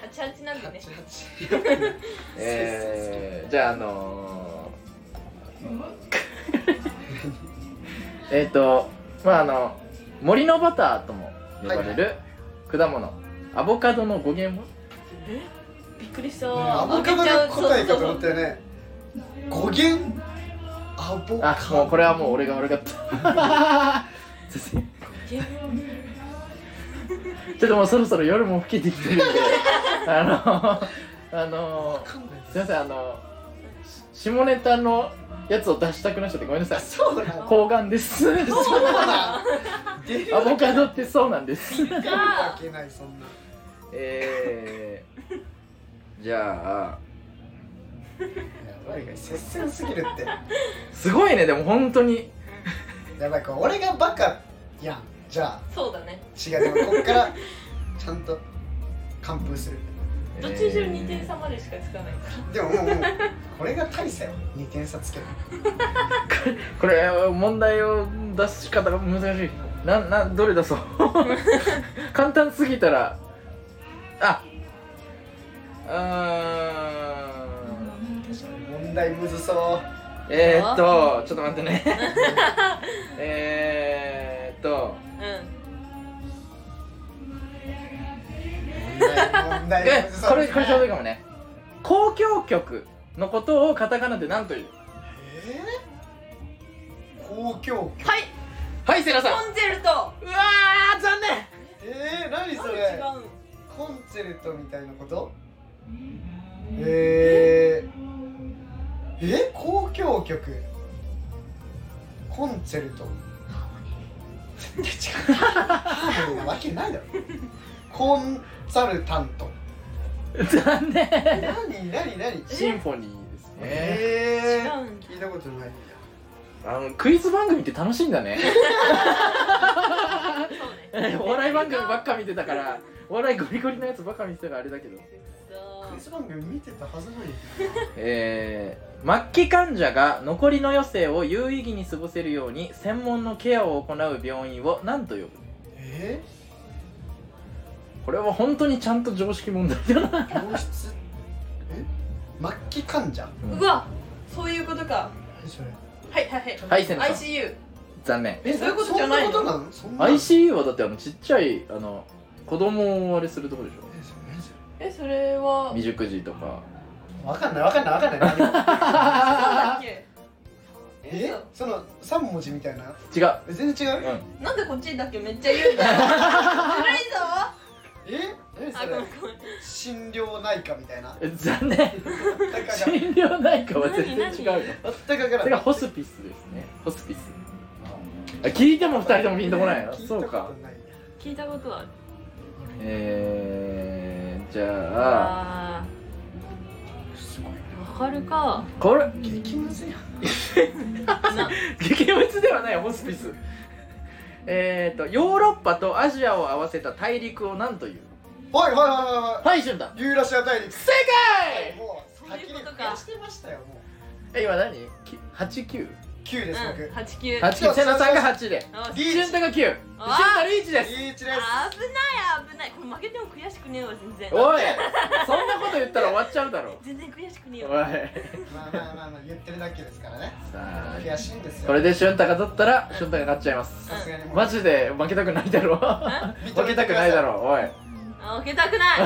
八八なんでね
八八
えー、じゃああの ー、えっとまああの森のバターとも呼ばれる果物、アボカドの語源は
びっくりした
アボカドが答えかと思ったよね語源アボカ
あ
ド
もうこれはもう俺が悪かった 先
ゲーム
生ちょっともうそろそろ夜も更けてきてるん であのあの
かんない
すいませんあのし下ネタのやつを出したくなっちゃってごめんなさい
そうだ
睾丸です
そうだ出る
アボカドってそうなんです
出るわけないそんな
えー、じゃあ
やばい接戦すぎるって
すごいねでも本当に
やばいこれ俺がバカやんじゃあ
そうだね
違うでもこっからちゃんと完封する
どっちにしろ2点差までしかつかないか
でももうもうこれが大差よ2点差つける
これ問題を出す仕方が難しいななどれ出 そう簡単すぎたらあう
問題むずそう
ーんえー、っとちょっと待って ねえーっと
らうん
問題問題
え
むずそう
これこれちょうどいいかもね公共曲のことをカタカナで何という
えー、公共曲
はい
はいセラさん
コンチェル
う
ト
わー残念
えー、何そ
何
れ
違う
コンチェルトみたいなことえー、え交響曲コンチェルト絶対違うハーモニーなわけないだろコンサルタント
残念
何何何
シンフォニーですね、
え
違
ー、
うん
聞いたことないん
あのクイズ番組って楽しいんだね
そうね
お笑い番組ばっか見てたからお笑いゴリゴリのやつばっか見てたからあれだけど
だ
そ
クイ
う
ズ番組見てたはずなのに
えー、末期患者が残りの余生を有意義に過ごせるように専門のケアを行う病院を何と呼ぶ
え
これは本当にちゃんと常識問題だな
ー、病室え末期患者
うわそういうことか
何それ
はいはい
は
はい
いセナさん
ICU
残念
えそういうことじゃないの
そんなことなのそんな
ICU はだってあのちっちゃいあの子供をあれするとこでし
え
ょ
それ何それ
えそれは
未熟児とか
わかんないわかんないわかんない何も
そうだっけ
え
そう
その三文字みたいな
違う
え全然違う
う
なんでこっちだけめっちゃ言うん だよずるいぞ
え何
あ
そ
ごめ
れ
んごめん
心療内科みたいなん
残念
たかが
診療内科は全然違うよ
たかが
それがホスピスですねホスピスあ聞いても2人ともピンとこないよ
聞
そう
たこ
か
とないな
聞いたことはある
えー、じゃあ
あ
すごい
ーわかるか
これ
激ムズやん
な
激ムツではないホスピスえーとヨーロッパとアジアを合わせた大陸を何という
はいはいはいはいは
はい俊太
いユーラシア大陸
正解
もう
そういうことか
はっきりしてましたよもう
え今何き 89?89
九です
うん
僕
八九
瀬名さんが8で
あ
リ
俊太が9で俊太リーチです
リーチ
危
です
ない危ないこれ負けても悔しくねえわ全然
おいそんなこと言ったら終わっちゃうだろ
全然悔しくねえ
おい
わ
まあまあまあまあ言ってるだけですからね
さあ
悔しいんですよ
これで俊太が取ったら俊太が勝っちゃいます
さすがにもう
マジで負けたくないだ ろ負けたくないだろおい
あ負けたくない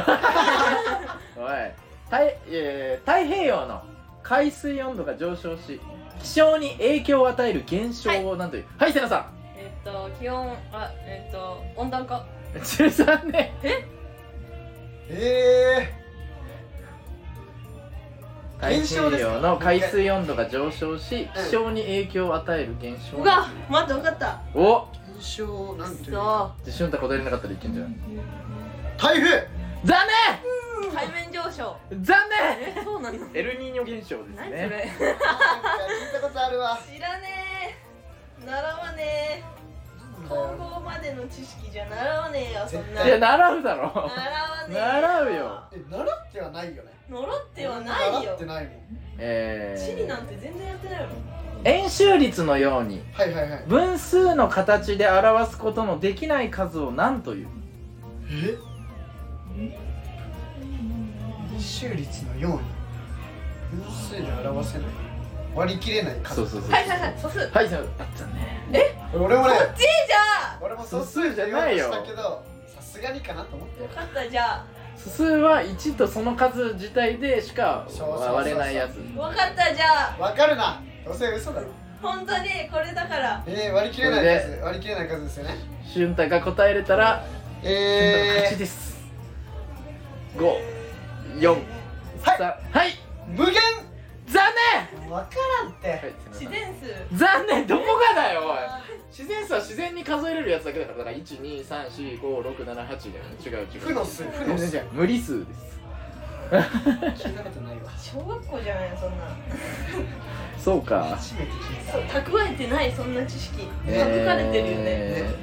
おい太いやいや太平洋の海水温度が上昇し気象に影響を与える現象をなんというはい瀬名さん
えっと気温あえっと温暖化
13年
え
太
現象
平
ですか
洋の海水温度が上昇し気象に影響を与える現象
うわ待って分かった
おっ
えー、検証なんていうの
そ
俊太答えれなかったらいけんじゃない
台風
残
う海面上昇
念残念
えそうなの
エルニーニョ現象です
何そ
ね
れ
なんか聞いたことあるわ
知らねえ習わねえ高校までの知識じゃ習わねえよそんな
じゃ
習
習うだろ
わねえ
習うよ
え習ってはないよね
習ってはない
習
よ
ってないもん
えー
地理なんて全然やってないもん
円周率のように
はいはいはい
分数の形で表すことのできない数を何という
え円周率のように分数で表せない割り切れない数
そうそう
はいはいはい素数
はいすいませんあったね
俺もね
じいじゃ
俺も素数じゃないよしたけどさすがにかなと思っ
あよかったじゃあ
素数は1とその数自体でしか
そうそうそうそう
割れないやつ
分かったじゃあ
わかるなどうせ嘘だろ
本当にこれだから
えー、割り切れない数割り切れない数ですよね
俊太が答えれたら俊太の勝
え
ち
ー、
です543はい
無限
残
わからんって、
念
自然数
残念どこがだよおい
あ
自然数は自然に数えれるやつだけだからだから1234567だよね違う違う
負の数負
全
の
然
数
違う無理数です
聞いたことないわ
ー小学校じゃないそんな
そうか
初めて聞いた
そう蓄えてないそんな知識蓄かれてるよね、
え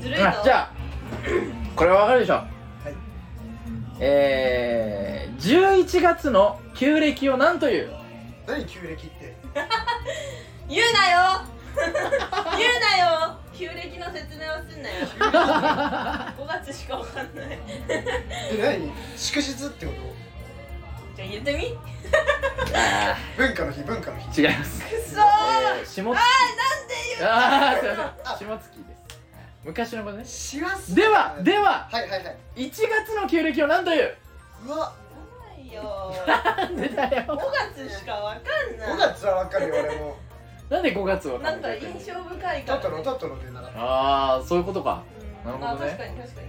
ずるい
ー
の
あじゃあこれはわかるでしょ
はい
えー、11月の旧暦を何という
何旧暦って
言うなよ 言うなよ旧暦の説明はすんなよ5月しかわかんない
え何祝日ってこ
じゃあ言ってみく
と文化の日文化の日
違います、
そー、
えー、下月あーすいません下月です昔のことね
します
ではでは
はいはいはい
1月の旧暦を何という
うわ
なんないよ
なんでだよ
5月しかわかんない
5月はわかるよ俺も
なんで5月わか
な
る
ん
ん
か
だ
印象深いか
トト
ら、
ロトトロでならわ
ああそういうことか
うん
なるほどね
あ確かに確かに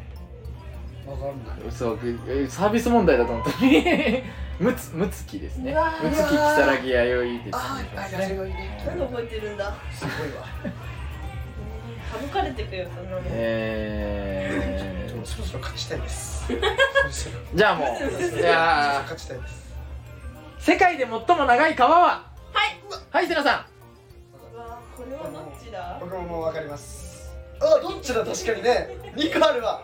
かんない
嘘ぐえサービス問題だと思ったに むつむつきですね
うわー
むつき如月弥生です
あーあやれ
ね
がいいね
何覚えてるんだ
すごいわ
省かれてくよそんなもん
え
でもそろそろ勝ちたいですそろ
ー、じゃあもう いやー
勝ちたいです
世界で最も長い川は
はい
はい瀬名さ
うわこれはどっちだ
僕ももうわかりますあどっちだ確かにね2個あるわ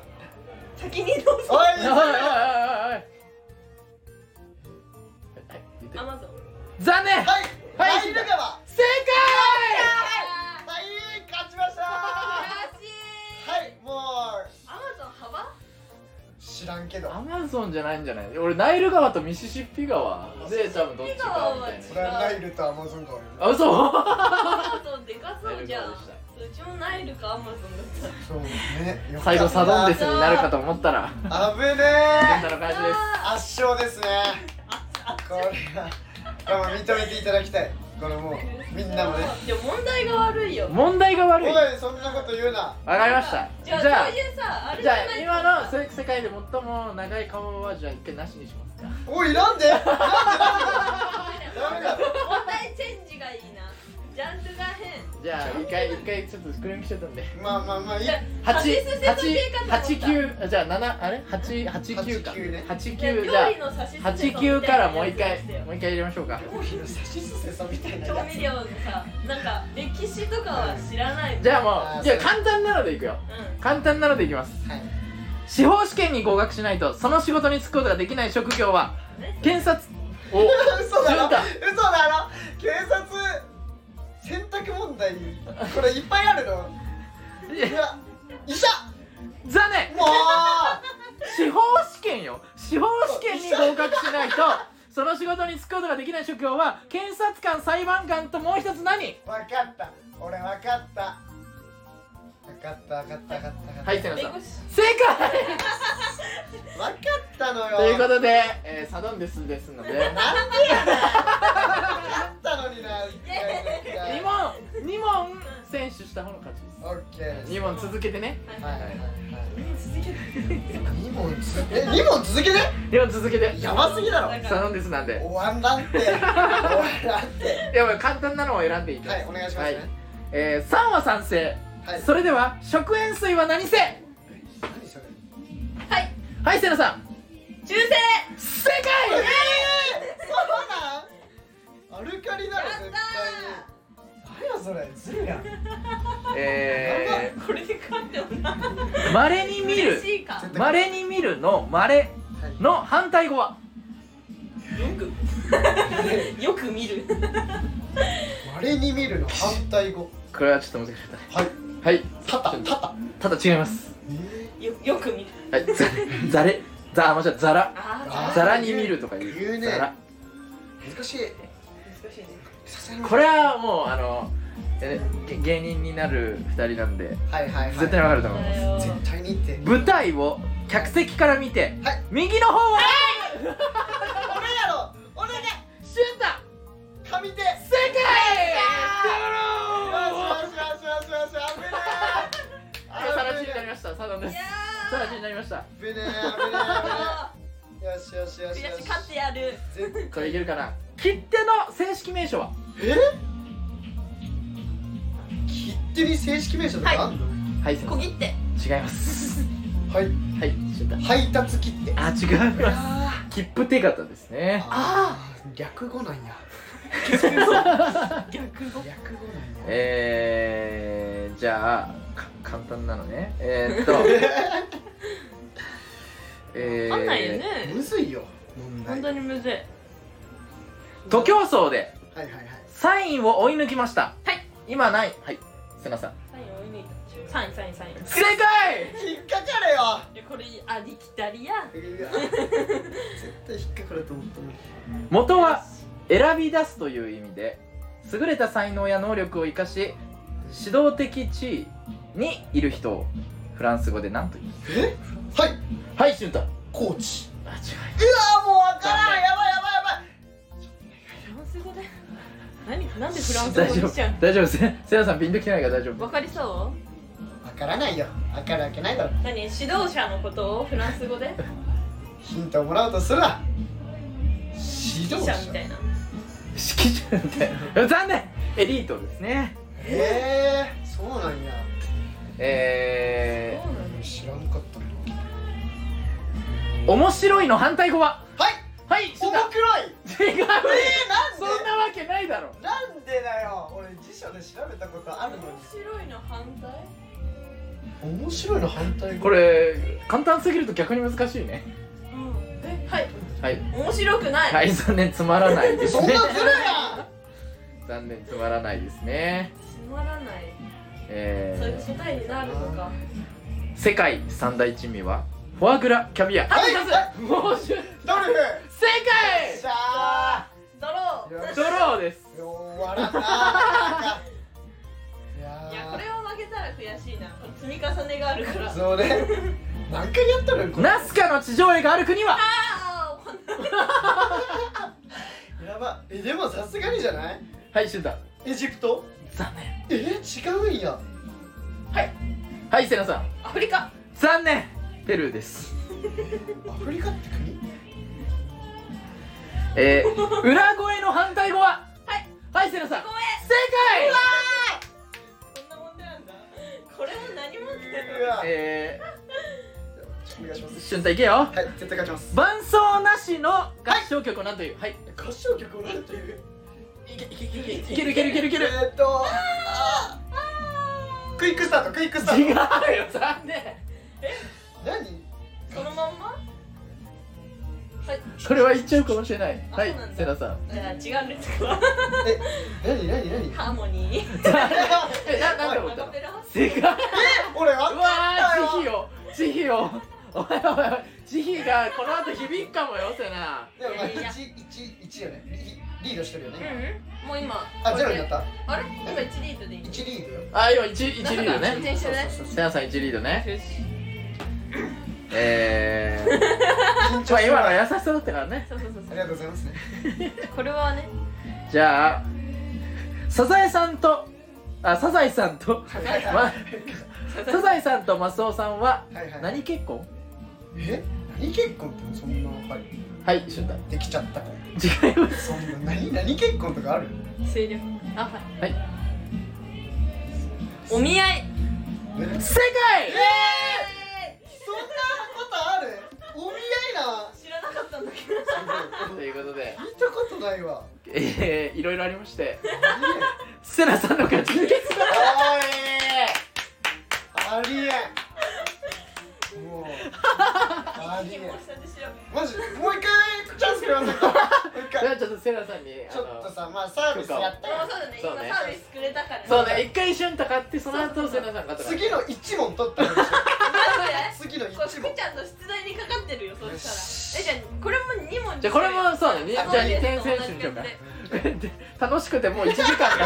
先にどうぞ
お
んおいおいおいおいおい
い
はい言って
アマゾン
残念
はい
は
はいいル川は
正
あ
い勝ちましたは
ー悔しい
いもう
アマゾン幅
知らんけど
解アマゾンじゃないんじゃない俺ナイル川とミシシッピ川で多分どっちかみたい
ミシシッピ
な
川
それはナイルとアマゾン川よ
あ嘘
アマゾンでかそうじゃん
ナイル川でした
うちもナイルかアマゾンだっ
そうねよかっ
最
た
後サドンデスになるかと思ったら健
危ねえ
太の
た
感じです
圧勝ですねこれはこれ認めていただきたいこれもうみんなもね
でも問題が悪いよ
問題が
お
悪いわ
いそんなこと言うな
かりました
じ
じゃ
ゃあ
あ
そういうさあれ
じゃ
じゃない
あ今の世世界で最も長い顔はじゃあ一回なしにしますか
おいなんでなんで
問
ダメだ
題チェンジがいいなジャンルが変
じゃあ一回一回ちょっとクレームしちゃったんで
まあまあまあいい
じゃあ
八
指数制度系かと思った
八九あじゃあ七あれ八八九か
八九ね
八
じゃ
九
あ
じゃ
料理の差
あ
し進め
八九からもう一回もう一回入れましょうか
コーヒーの差しすせそみたいな
調
や
味料のさ なんか歴史とかは知らない
じ
ゃ
ゃあもうじゃあ簡単なのでいくよ
うん
簡単なのでいきます
つはい
司法試験に合格しないとその仕事に就くことができない職業は
ね
検察お
嘘だろ
潤太
嘘だろ警察選択問題これいっぱいあるの
い
い
や
や医者
残念
もう
司法試験よ司法試験に合格し ないとその仕事に就くことができない職業は検察官裁判官ともう一つ何
分かった俺分かった分かった分かった分かった分かった
はい瀬野
弁
さ
護
ん
士
正解
分かったのよ
ということで、えーサドンデスですので
なんでやねん分かったのにな
2問2問選手した方の勝ち
オッケー
です2問続けてね
はいはいはい
続けて
2問つえ二問続けて
2問続けて
やばすぎだろ
なん
サド
か
ンデスなんで
終わんなんて終わらんて
でも簡単なのを選んでいただ
はいお願いしますね
えー、3は賛成
はい
それでは食塩水は何せ
何それ
はい
はい瀬野さん
中性
正解
そうなんアルカリだろ
や
絶
っ
対に何やそれずるやん
え
たーこれで勝ってもな
ー、まれに見る
嬉しい か
まれに見るのまれの反対語は
よく よく見る
まれに見るの反対語
これはちょっと難しかっ
はい
たはい
たたたた
ただ違います
え
よよく見る
はい ざざれざあ間違えざら
あ
ざらに見るとか言う
言うね
ざら
ー難しい
ー難しいね
さすがに
これはもうあのえげ芸人になる2人なんで
はいはいはい
絶対わかると思います、
だよ
絶対にって
舞台を客席から見て、
はい
右の方は
俺やろ俺が
シュンだ
神手
正解
よしよしよしよしよし
サ
危ね
ラ
え
チになりましたサダン ですサラチになりました
危ねえ危ねえ危ねえよしよしよし
チ
よ
ラチ
し
勝ってやる
絶
これいけるかな切手の正式名称は
え切手に正式名称とかあんの
はいすいま
小
せん
切手
違います
はい
はいシュンだ
配達切手
あ違います切符手形ですね
あー略語なんや
逆語
略語なんや
えー、じゃあか簡単なのねえー、っとえー、
あんないよね
むずいよ問題
本当にむずい
徒競走で
はいはいはい
サインを追い抜きました
はい
今ないはい瀬名さん
サイン追い抜いたサインサインサイン
正解
引っかかれよ
いやこれありきたりや
絶対引っかかると思ったのに
元は選び出すという意味で優れた才能や能力を生かし指導的地位にいる人をフランス語で何と言う
えはい
はい俊太あ
コーチ
違
うわもうわからんやばいやばいやばい
フランス語で何なんでフラン
う
ス語
大丈
にしちゃ
夫大丈夫せせやさんピンときてないから大丈
うわ
夫
かりそう
わからないよわかるわけないだろ
何指導者のことをフランス語で
ヒントをもらおうとするな
記
指
者
導者
みたいな
指揮者みたいな残念エリートですね
ええー、そうなんや
え
そうなんです
知らんかったな
ー、面白いの反対語は
はい
はい
面
俊太
黒い
違う
えー、
そ
なんで
んなわけないだろ
なんでだよ俺辞書で調べたことあるの
面白いの反対
に面白いの反対
これ簡単すぎると逆に難しいね
うんえはい
はい
面白くない、
はい残念つまらないです
そんな
ね
ずるや
残念つまらないですね
つまらない
え
そういう
ー、
答えになるのか
世界三大珍味はフォアグラキャビア
はい
もうしゅ
ドルフ
正解
しゃ
ドロ
ーよ
ドローです
しよう笑ったなんかい
ー
や
いやこ
ー
れは負けたら悔しいな積み重ねがあるから
そうね何回やったのよこれ
ナスカの地上絵がある国は
あー
やばえでもさすがにじゃない
はいシュンタ
エジプト
残念
え違うんや
はいセナさん
アフリカ
残念ペルーです
アフリカって国
え ー、裏声の反対語ははいはいセナさん
ごめん
正解
こんな問題なんだこれは何も
うわ
え
お願いしま
ー、
す
シュンタいけよ
はい絶対勝ちます
伴奏なしの合唱曲を何というはい、
合唱曲おられてる
いけいけいけいけいけるいけるいけるいける
えーっとあークイックスタートクイックス タ
違う
ー
よ
ト
残念
何
そのまんまはい
それは言っちゃうかもしれない
あ
はい
そうなんだ
セナさん
じゃあ違うんですか
え何何何
ハーモニー
えななんて思
ア
ったの
カペラ
正解
俺わ
う
か
わ
った
ー
よ
慈悲を慈悲をおいおいおい慈悲がこの後響くかもよセナ
でもまあ
いやいや
一一一よねリリードしてるよ
う
ね
うんもう今
あゼロになった
あれ今1リートでいい
一リードよ
あ今一一リード
なんか
ね
転車ね
そうそう
セナさん一リードね
よし
え
緊張
ー、まあ今
し
の
ます
は
あ
優しさだったからね
そうそうそう
り
そ
がとうございますね
うこれはね
じゃあサザエさんとあサザエさんと、
はいはい
ま、サザエさんとマスオさんは
はいはい
何結婚
え何結婚ってそんなはい
はい俊太
できちゃったか
違います
そんな何何結婚とかある
声量あはい
はい
お見合い
え
正解
そんなことあるお見合いな
知らなかったんだけど
ということで、
見たことないわ
えー、いろいろありまして
ありえん
セナさんの勝ちです
ありえんもうありえん
もう下で調べ
マジもう一回チャンスくれませんかもう
そ
一
れ
回
はちょっとセナさんに
ちょっと
あ
さまあサービスやった
あ
ら
そうだね
そ
今
うね
サービスくれたから
のそうね一回瞬太買ってその後セナさんが勝った
次の一問取ったらいいでし
待
ょ次の
ってこれ
一問
福ちゃんの出題にかかってるよそ
よし
したらえじゃあこれも2問に
じゃあこれもそうだね
あ
じゃあ
そう
二点
です
選手にしようか
同じや
で 楽しくてもう1時間が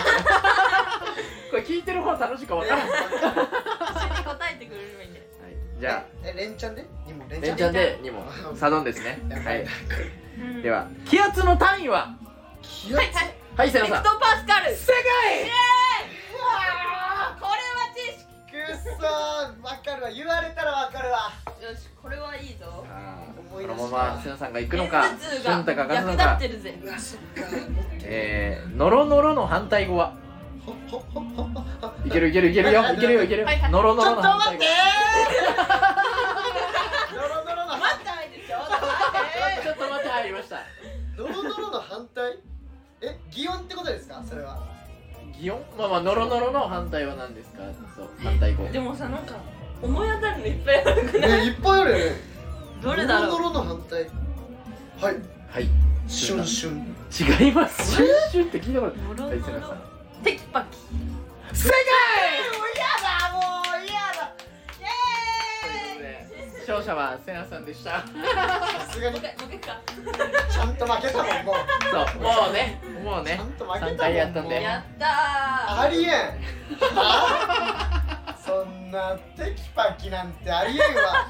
これ聞いてる方楽しいか分からん、はい、
つで一緒に答えてくれればいいんだよ
じゃ
あえ連チャンでにも
あ
連チャ
連
ン
チャンで2問 サドンですね
や
は
ばい
い
な
では気圧の単位は
気圧
はいさ
ヘ
よ
クト
さん
パスカル
正解
あーこれは知識
くっそーわかるわ言われたらわかるわ
よしこれはいいぞ
あー
思い
こ
出
の
した
まませなさんが行くのか
偏頭痛
俊太が
が
勝つ
役
の
立っ
か
てるぜ
うわそっか持ってる
えー、ノロノロの反対語は
ほほほほほ
いけるいけるいけるよいけるよいけるよ
はいはい
ノロ
ち
ノ
ょ
ロ
っと
の
待
反対
っ
語
て ードロドロの
待ってないでしょ待って
ちょっと待って入りました
ドロドロの反対え擬音ってことですかそれは
擬音まあまあノロノロの反対は何ですかそう反対語
でもさなんか思い当たるのいっぱいある
ねいっぱいあるよね
どれだ
ド
ろう
ロドロの反対はい
はい
シュンシュン
違いますシュンシュンって聞いたこと
ノロ
ないはい
ノ
瀬名
ロ
さん
テキパキ
正解
だもう嫌だ
ということで勝者は瀬名さんでした
さすが
もう
に
一回もう一回か
ちゃんと負けたもんもう
そうもうねもう
ち
ね
ゃんと負けたもん
三回やったんで
もう
やった
ありえんはそんなテキパキなんてありえんわ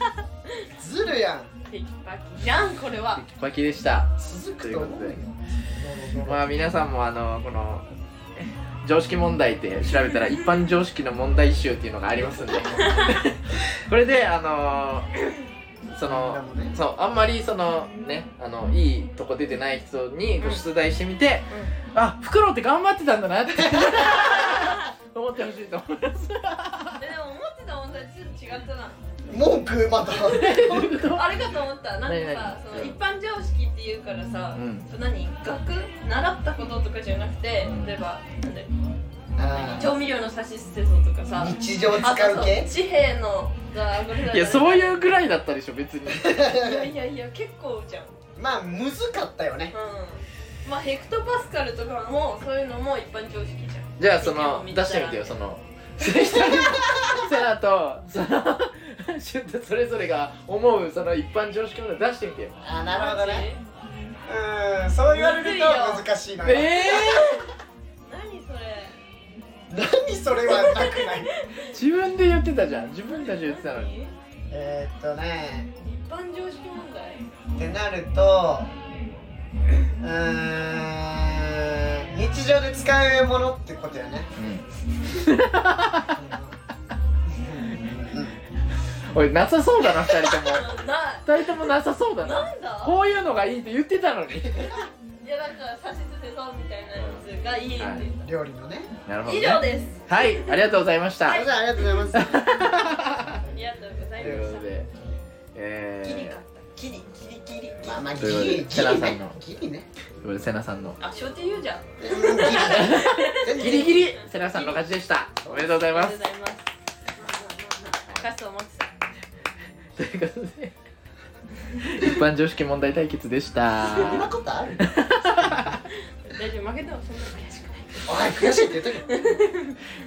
ずるやん
ーテキパキじゃんこれは
バキでした
続くと思う
と
よ
いうまあ皆さんもあのこのえ常識問題って調べたら一般常識の問題集っていうのがありますんでこれであのその
でもね
そうあんまりそのねあのいいとこ出てない人にこう出題してみて、あフクロウって頑張ってたんだなって思ってほしいと思います
えでも思ってた問題ちょっと違ったな
文句また
あれかと思った
何
なんかさそ
々
の一般常識っていうからさ、
うん
その何学習ったこととかじゃなくて例えばなんだよ調味料の差し捨てそうとかさ
日常
あ
使
と
う
そう
系
地平のがこれだ
いやそういううぐらいだったでしょ別に
いやいやいや結構じゃんうん
まあむずかったよね
まあヘクトパスカルとかもそういうのも一般常識じゃん
じゃあその出してみてよそのセラとそのシュンとそれぞれが思うその一般常識問題出してみてよ
あなるほどねうんそう言われると難しいのよ、
え
何それ
何それはなくない
ー、自分で言ってたじゃん自分たち言ってたのに
何
えーっとね
一般常識問題
ってなるとうーん日常で使うものってことよね
おいなさそうだな二人とも
な
二人ともなさそうだな
なんだ
こういうのがいいって言ってたのに
いやなんか差し捨てそうみたいなやつがいいって言っ
料理のね
なる
た、以上です
はいありがとうございました、
それじゃあありがとうございます
ありがとうござ
と
い
いう
ま
こ
し
と
た
でえ
ギリ
ー
かギリギリギリギリ
まあまあギ
ということで
リギ
セラ
リ
さん
ね
の
ギリね
ということでセナさんの
あ、小手言うじゃんあ
うんギ
ギ
リね
リギリセナさんの勝ちでしたおめでとうござい
りが
ま
と
す
うございますカスを持ってた
ということで一般常識問題対決でした
そ んなことある
大丈夫、負けてもそんな悔しくない
おい悔しいって言ったけど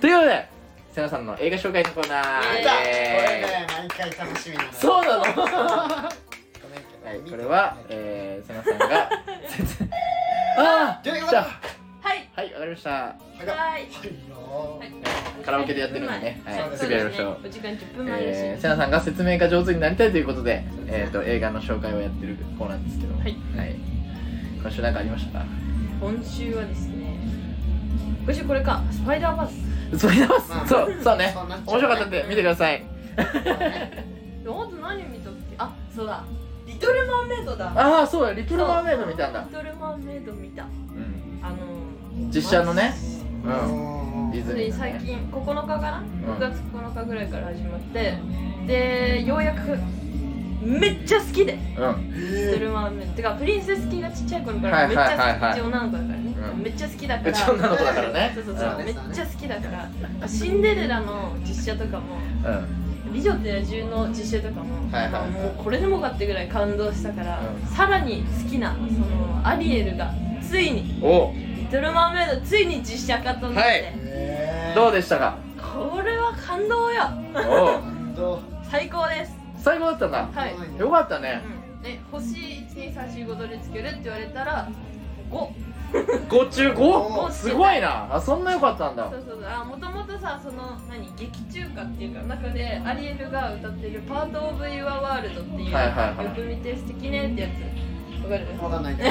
ということでセナさんの映画紹介のコーナー
イ
イ
エーイ
これ
エーイ
ね毎回楽しみなのよ
そうなのは
ごめんけど
いこれはえーセナさんがああ
どういうこ
じ
と
ゃ
は
あ
はい
はいわかりました
い
はい
はいよ
カラオケでやってるんでね
はい
はい
そう
すぐや
りましょう
ですねお時間10分前
え
だ
ー
し
セナさんが説明が上手になりたいということでえーと映画の紹介をやってるコーナーですけど
はい
はい今週なんかありましたか
今週はですね今週これか、スパイダーバース
それでは
まあ
そうそうね
そうなっちゃうね
面白かったんで見てください
そうね
あと何見たっけあ、そうだリトルマーメイドだ
ああそうだリトルマーメイド見たんだ
リトルマーメイド見たあの
実写のねう
うんん
ディ
普
ズ
通
ニ
に
ーの
最
ね
近9日かな、6月9日ぐらいから始まってでようやくめっちゃ好きで
うん
「ドルマーメイド」てかプリンセスキーがちっちゃい頃か
は
ら
い
めっち
はいはい
ゃ
はい
好きうち女の子だからね、
うん
めっちゃ好きだか
う
ら
ち女の子だからね
そうそうそう、
うん
めっちゃ好きだからシンデレラの実写とかも
うんうん
「美女と野獣」の実写とかも、
はいはい
なんかもうこれでもかってぐらい感動したから、
うん
さらに好きなそのアリエルがついに
お
「リトル・マーメイド」ついに実写化となって、
はい
えー
どうでした か
これは感動よ
お
どう
最高です
最高だったんだ
はい、
う
よかったね
うん、え星12345どれつけるって言われたら5
5 5中 5?
お
すごいなあそんな良かったんだ
そうそうそうあもともとさその何劇中歌っていうか中でアリエルが歌ってる「パート・オブ・ユア・ワールド」っていう
はいはいはい
よく見て素敵ねってやつわかる
わかんないけど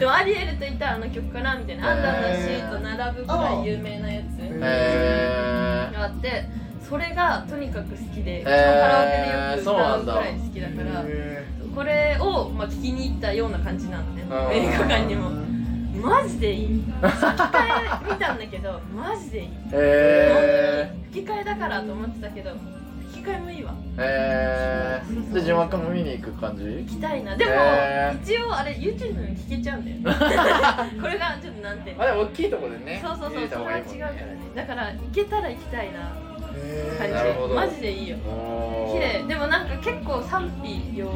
でもアリエルといたらあの曲かなみたいな「アンダーのシート」並ぶくらい有名なやつ
へ
があってそれがとにかく好きで、
ー
カラオケでよく歌うくらい好きだから、
へ
これを、まあ、聞きに行ったような感じなのね
うん
映
ー
画館にもマジでいい吹き替え見たんだけどマジでいい
えへ
吹き替えだからと思ってたけど吹き替えもいいわ
えへえで字幕も見に行く感じ
行きたいなでも、
へ
一応あれ YouTube でも聞けちゃうんだよ これがちょっと難点
あれ大きいとこでね
そうそうそ
見
う
た
そ
方
れ
が
はい
い
違
もん
う
ね
からねだから行けたら行きたいな感
なるほ
じ
ど
マジでいいよ
おー
綺麗でもなんか結構賛否両論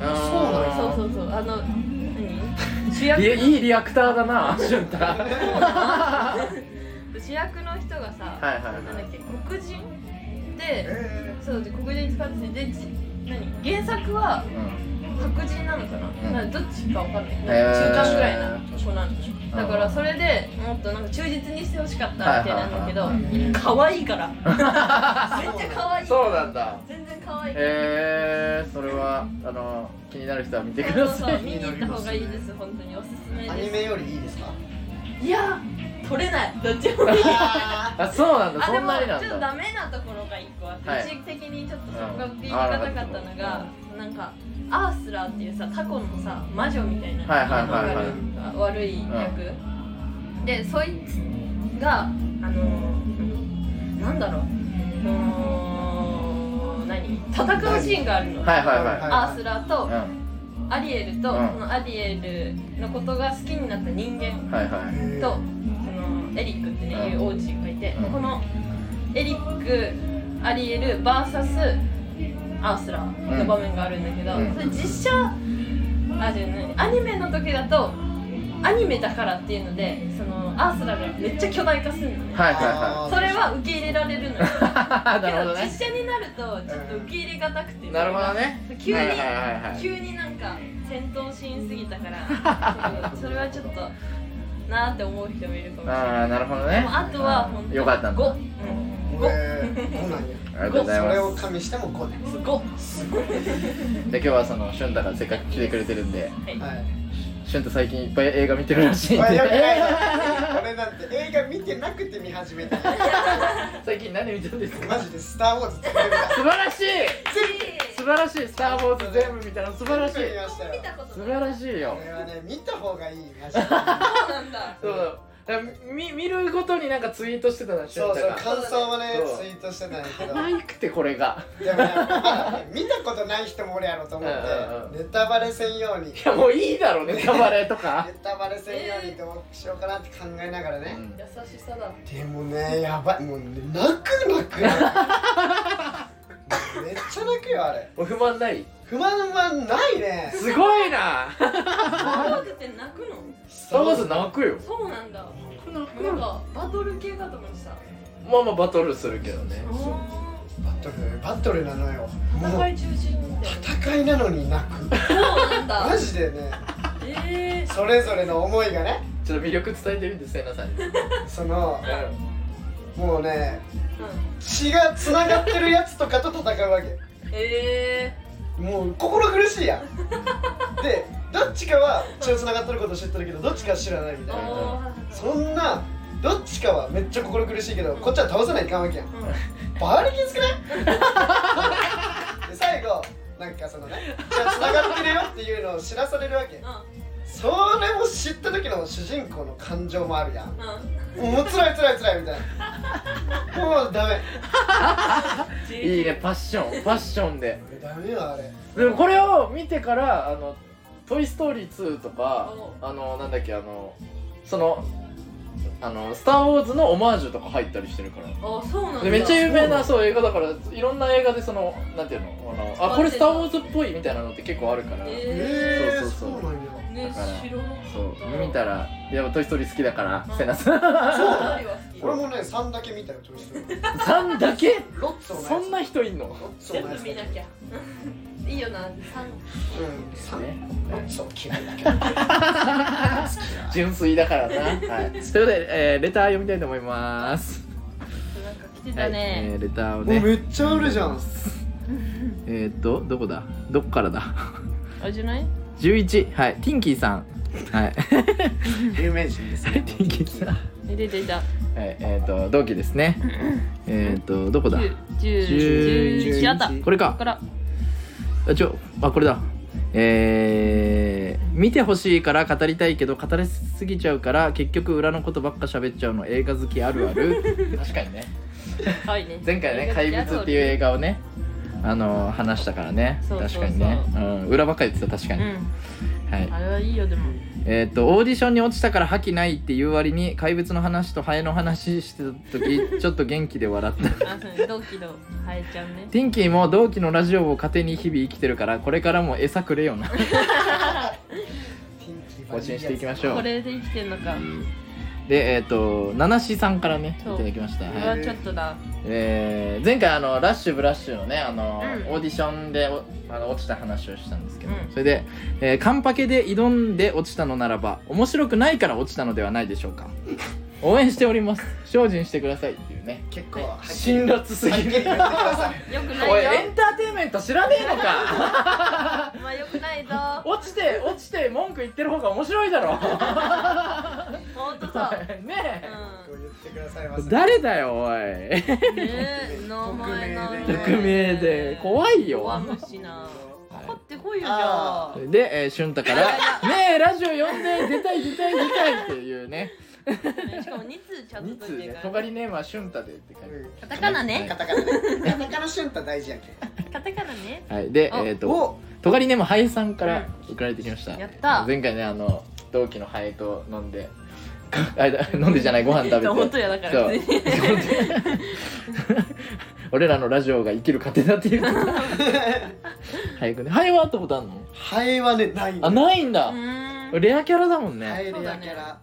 あー
そうな
そうそうそうあの 何主役
いやいいリアクターだな、俊太。はい
主役の人がさ、
はいは
なん
い
だ。 っけ黒人で
え
そうで黒人使っててでじ何原作は
うん
白人なのかな、
うん
なんかどっちかわかんない、
へー
中間ぐらいな子なんでしょだからそれでもっとなんか忠実にしてほしかったみたいなんだけど
は
可愛いからめっちゃ可愛 い
そうなんだ。
全然可愛いから
えー、それはあの気になる人は見てくだ
そう
さ
そう
い。
見に行った方がいいです本当におすすめ
ーアニ
で
メよりいいですか
すいやー取れないどっちもいい
あ
あ、そうなんだ。
あ
そ
で
ん
も
なにな
ちょっ
ん
と
だ。
ダメなところが一個あって、
はい
一時的にちょっとそこが
うん
ピンが高かったのが、なんかアースラーっていうさタコのさ魔女みたいな、
はいはいはいはい
あの悪い役、でそいつがあのなんだろううーん何戦うシーンがあるの、
はいはいは
アースラーと
い。うん。
アリエルと、
うん
そのアリエルのことが好きになった人間
はいはい。
とそのエリックってねいう王子がいて、
うん
このエリックアリエル VS アースラの場面があるんだけど、
うん
それ実写あじゃないアニメの時だとアニメだからっていうのでそのアースラがめっちゃ巨大化するのね、
はいは
それは受け入れられるのよ
いはい。
け
なるほ
ど
どね。
実写になるとちょっと受け入れがたくて
なるほどね。
急に、
はいはいはいはい。
急になんか戦闘シーンすぎたか らそれはちょっとなーって思う人もいるかもしれない
ああ、なるほど
で
ね
も。あとは本当に
よかったんだ
5、
五なんや
ありがとうご
そ
ざいま
れを
す。
加味しても五ね
うん、すごっ
で今日はその俊太がせっかく来てくれてるんで、
はい
はい
俊太最近いっぱい映画見てるらしいん
まあよくない
で。
よ俺なんて映画見てなくて見始めた
最近何見たんですか。
マジで「スター・ウォーズ」全部見た
素晴らしい。素晴らしい、スター・ウォーズ全部見たら素晴らしい。
全部見ましたよ
見たこと
素
ない
晴らしいよ
こ。れはね見た方がいいマジで
そうなんだ
そう、だからみ見るごとになんかツイートしてたな、
そう
俊
そう
太
感想もね
そう
ツイートしてたんやけど
が。可愛くてこれが。
でもねまだね見たことない人もおるやろと思って
うんうんうん
ネタバレせんようにネ
いや、もういいだろうね、ネタバレとか。
タバレせんようにどうしようかなって考えながら
う
ね
ん
優しさだ
でもねやばいもうね泣く泣く めっちゃ泣くよあれ
お不満ない
不満はないね
すごいな
スター・ウォーズって泣くの
スター・ウォーズ泣くよ
そうなんだ
泣
なんかバトル系かと思ってた
まあまあバトルするけどね
あ
バトルバトルなのよ
ー
も
戦
う
い中心みたい
戦いなのに泣く
なそうなんだ
マジでね
えー
それぞれの思いがね
ちょっと魅力伝えてみてせなさんに
その
う
もうね
うん
血がつながってるやつとかと戦うわけ
えー
もう心苦しいやんでどっちかは血をつながってること知ってるけどどっちかは知らないみたいな
おー
そんなどっちかはめっちゃ心苦しいけどこっちは倒さないといかんわけやん
うん
バリキつくない で最後なんかそのね血がつながってるよっていうのを知らされるわけ
う
それも知った時の主人公の感情もあるやん
んうん
もう辛い辛い辛いみたいなもうダメ
んいいねパッションパッションで
俺ダメよあれ
でもこれを見てから「あのトイ・ストーリー2」とか
お
あのなんだっけあのそのあの「スター・ウォーズ」のオマージュとか入ったりしてるから
あそうなんだ
でめっちゃ有名な
そ
そう映画だからいろんな映画でそのなんていうのあのあこれ「スター・ウォーズ」っぽいみたいなのって結構あるから、
え
え
そ
ー、
うそうそう
なんや
ー、ね
だから
知らなかった
そう見たら「いやトイ・ストーリー」好きだから
うん
セナさん
二人は好き
俺もね3だけ見たよトイストーリー
3だけ
ロッツォのやつ
そんな人いんの
ロッツ
全
ォの
部
やつ
見なきゃいいよな三
うんさ
ね
そう嫌いだけど好きだ
純粋だから な、はい、ということで、えーレター読みたいと思います
なんか来て
は
た
い、え
ね、
ーレターを
もう
ね
めっちゃあるじゃん
えー、っとどこだどこからだ
あじゃない
11はいティンキーさんはい、
有名人ですね
ティンキーさん、はい、
出て出た
えー、っと同期ですねえー、っとどこだ
十
十
十一あった
十一
これ
ここ
か
から
あちょあこれだえー、見てほしいから語りたいけど語りすぎちゃうから結局裏のことばっか喋っちゃうの映画好きあるある 確かにね
可愛いね
前回ね「怪物」っていう映画をねあのー話したからね
そうそうそう
確かにね、うん、裏ばっかり言ってた確か
う
に、
ん
はい
あれはいいよでも
えーっとオーディションに落ちたから覇気ないっていう割に怪物の話とハエの話してた 時ちょっと元気で笑った
あそう同期のハエちゃんね
ティンキーも同期のラジオを糧に日々生きてるからこれからも餌くれ よな募集していきましょう
これで生きてんのか
でえーっと七七さんからねい
そう
ただきました、
こ
はい
れはちょっとだ
えー前回あのラッシュブラッシュのねあの、
うん
オーディションでおあの落ちた話をしたんですけど、
うん
それで、えーカンパケで挑んで落ちたのならば面白くないから落ちたのではないでしょうか応援しております精進してくださいっていうね
結構はっきり
辛辣すぎ
はっきり言って
る
ください
よくな い
おい
よ
エンターテインメント知らねえのか
まあよくないぞ
落ちて落ちて文句言ってる方が面白いだろ
ほんとさ
ねえ、
こ
う
う言ってくださいませ
誰だよおい
んね名前なのに
匿名で怖いよ
弱虫な
はい
掘ってこいよじゃ
あ
あ
で、えー、俊太 から「ねえラジオ呼んで出たい出たい出たい」っていうね
ねしかも2通ちゃん
2
と
通
解いてる
ね
か
と
ら
がりネームは俊太でって感じ、
カタカナ
は
ね
い
カタカナねカタカナシュンタ大事やけ
カタカナね
はい、でえ
あ
っ、ー、
ど
と
お
とがりネームハエさんから送られてきました、
やった
前回ねあの同期のハエと飲んで かあだ飲んでじゃないご飯食べて
本当やだから
そう
別に
俺らのラジオが生きる糧だって いうハエくんねハエは会ったことあるの
ハエはねない
あないん
う
だ、
ーん
レアキャラだもんね、
ハエレ
そうだ
ア
ね
キャラ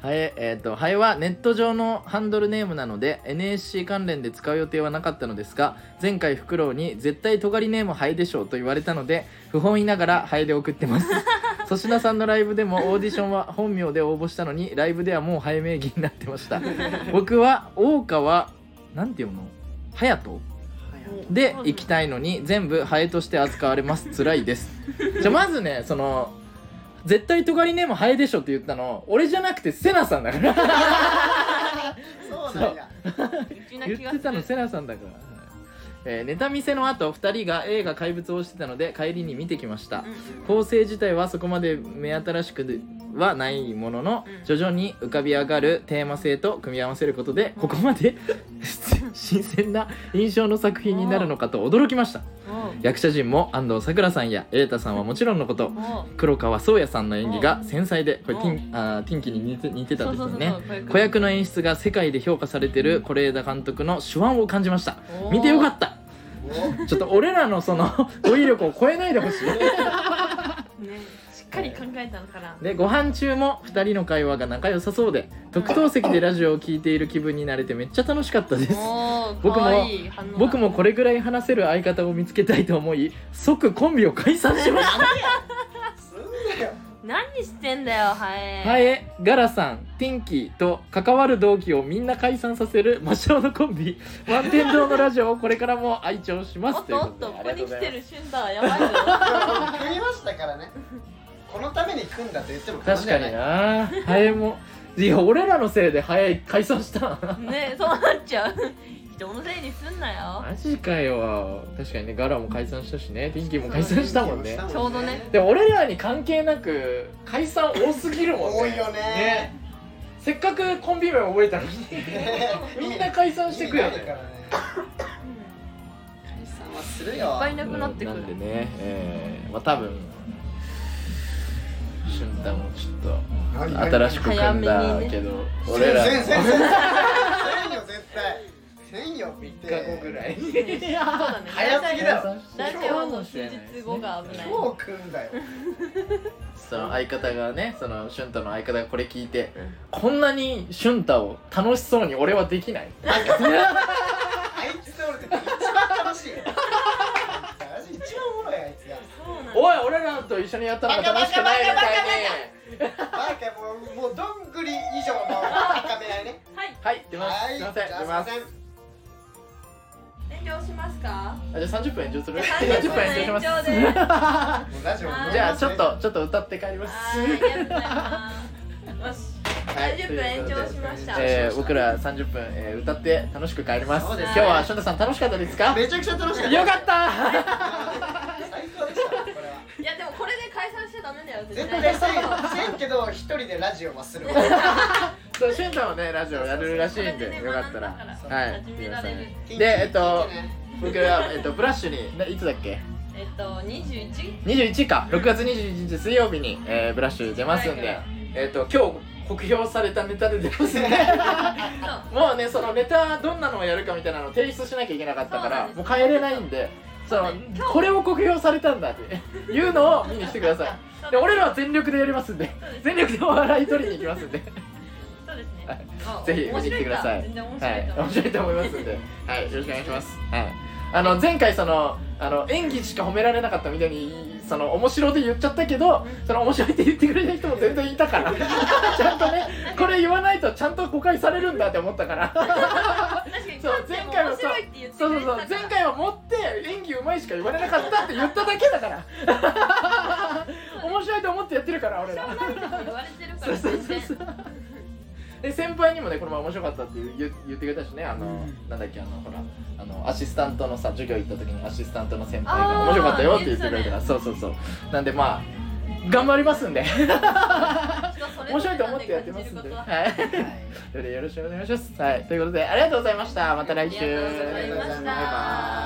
ハエ、えっ、と、ハエはネット上のハンドルネームなので、NSC 関連で使う予定はなかったのですが、前回フクロウに、絶対尖りネームハエでしょうと言われたので、不本意ながらハエで送ってます。粗品さんのライブでもオーディションは本名で応募したのに、ライブではもうハエ名義になってました。僕は、大川、なんていうのハヤトで行きたいのに全部ハエとして扱われます辛いですじゃあまずねその絶対とがりネームハエでしょって言ったの俺じゃなくてセナさんだから
そうなんや
うちな
言
気
っ
が
てたの
す
セ
る
ナさんだから、はいえーネタ見せの後2人が映画「怪物」をしてたので帰りに見てきました構成自体はそこまで目新しくはないものの
うん
徐々に浮かび上がるテーマ性と組み合わせることでここまで 新鮮な印象の作品になるのかと驚きました
うん
役者陣も安藤サクラさんや瑛太さんはもちろんのこと
もう
黒川宗也さんの演技が繊細でこれ
お
ティンあーティンキに似て似てたんですよね
そうそうそうそう
子役の演出が世界で評価されてる是枝監督の手腕を感じました見てよかった
お
ちょっと俺らのその 語彙力を超えないでほしい
ねしっかり考えたのかな
でご飯中も2人の会話が仲良さそうで特等席でラジオを聴いている気分になれてめっちゃ楽しかったです
おー
僕も
可愛い反応だ
僕もこれぐらい話せる相方を見つけたいと思い即コンビを解散しました
すんだよ
何してんだよハエ
ハエ、ガラさん、ティンキーと関わる同期をみんな解散させる魔性のコン ビ、ワンテン堂のラジオをこれからも愛聴しま
お
す
っとおっ
と
と
いう
こ
ことで
こに来て
ありがとうござい
るシュンダーやばいぞ
組みましたからねこのために組んだと言っても
ま
過
す
言
確
では
か
な
に
い
な、ハエも、い や、俺らのせいでハエ解散した。
ねそうなっちゃう人のせいにすんなよ
マジかよ。確かにね、ガラも解散したしね、ティンキーも解散したもんね。
ちょうどね
でも俺らに関係なく、解散多すぎるもんね。
多いよね
ねせっかくコンビ名覚えたの に、みんな解散してくよ
意味ない
ね
か。らね解散はするよ
いっぱいいなくなってく
なんで
る
ね、えー、まあ多分俊太もちょっ
何
と新しく組んだけど、俺ら
せん
3
せんせんせんせんよ絶対せんよ見て
日後ぐらいに
そうだね
早すぎだろ
ラジオの数日後が危ない
今日組んだよ
その相方がねその俊太の相方がこれ聞いて、
うん
こんなに俊太を楽しそうに俺はできない
あいつと俺って一番楽しいよマジ一番おもろいあいつ
おい俺らと一緒にやったのが楽しくないみたいに
なんかもうもうどんぐり以上の高め合いね
はい
はい出ます、
はい
すいません
じゃあ
出ます
すいま
炎上しますか
あじゃあ30分延長する
30
30分延長します
延長で
せんもうラジオ
はい
じゃあちょっとちょっと歌って帰ります
あーありがとうございますよし
はい
30分延長しました
は
はい
い
えー、僕ら30分、えー歌って楽しく帰ります
そうです
今日は翔太さん楽しかったですかよ
めちゃくちゃ楽しかった
かった
最高でしたこれはい
やでもこれで解散しちゃダメだよ
絶対せん
こ
せんけど一人でラジオはする
そう俊太もねラジオやるらしいん
れ
で
ね
よかったら
学んだから
はい
始められる
でえっと僕は、えっと、ブラッシュにないつだっけ
えっと 21?
21か6月21日水曜日に、えーブラッシュ出ますん
は
で
い、
えっと今日酷評されたネタで出ますね
そう
もうねそのネタどんなのをやるかみたいなのを提出しなきゃいけなかったか
そうな
ら
んです
もう帰れないんでその
今
これを酷評されたんだっていうのを見に来てくださいで俺らは全力でやりますんで
そうです
全力でお笑い取りに行きますんで
そうですね、
はい
あ
ぜひ見に来てください
面白か
は
全然
い
面
面
白い
白いと思いますんではいよろしくお願いしますはいあの前回そのあの演技しか褒められなかったみたいにその面白で言っちゃったけどその面白いって言ってくれた人も全然いたから ちゃんとねこれ言わないとちゃんと誤解されるんだって思ったから
と
そ
思
う
う確かに
前回は
面
そう
白いって言って
そう
く
そ
れ
うそう
てたから
前回は持って演技うまいしか言われなかったって言っただけだから面白いと思ってやってるから俺ら
言われてるか
そう
ら
そう
全
そう
然
そうで先輩にもねこの前面白かったって言う言ってくれたしねあの、
うん
なんだっけあのほらあのアシスタントのさ授業行った時にアシスタントの先輩
あ
が
ー
面白かったよって言ってくれたから、
言
そうそうそうなんでまあ頑張りますんで面白いと思ってやってますんで、はい、それでよろしくお願いします。はい、ということでありがとうございました。また来週。
ありがとうございました
バイバイ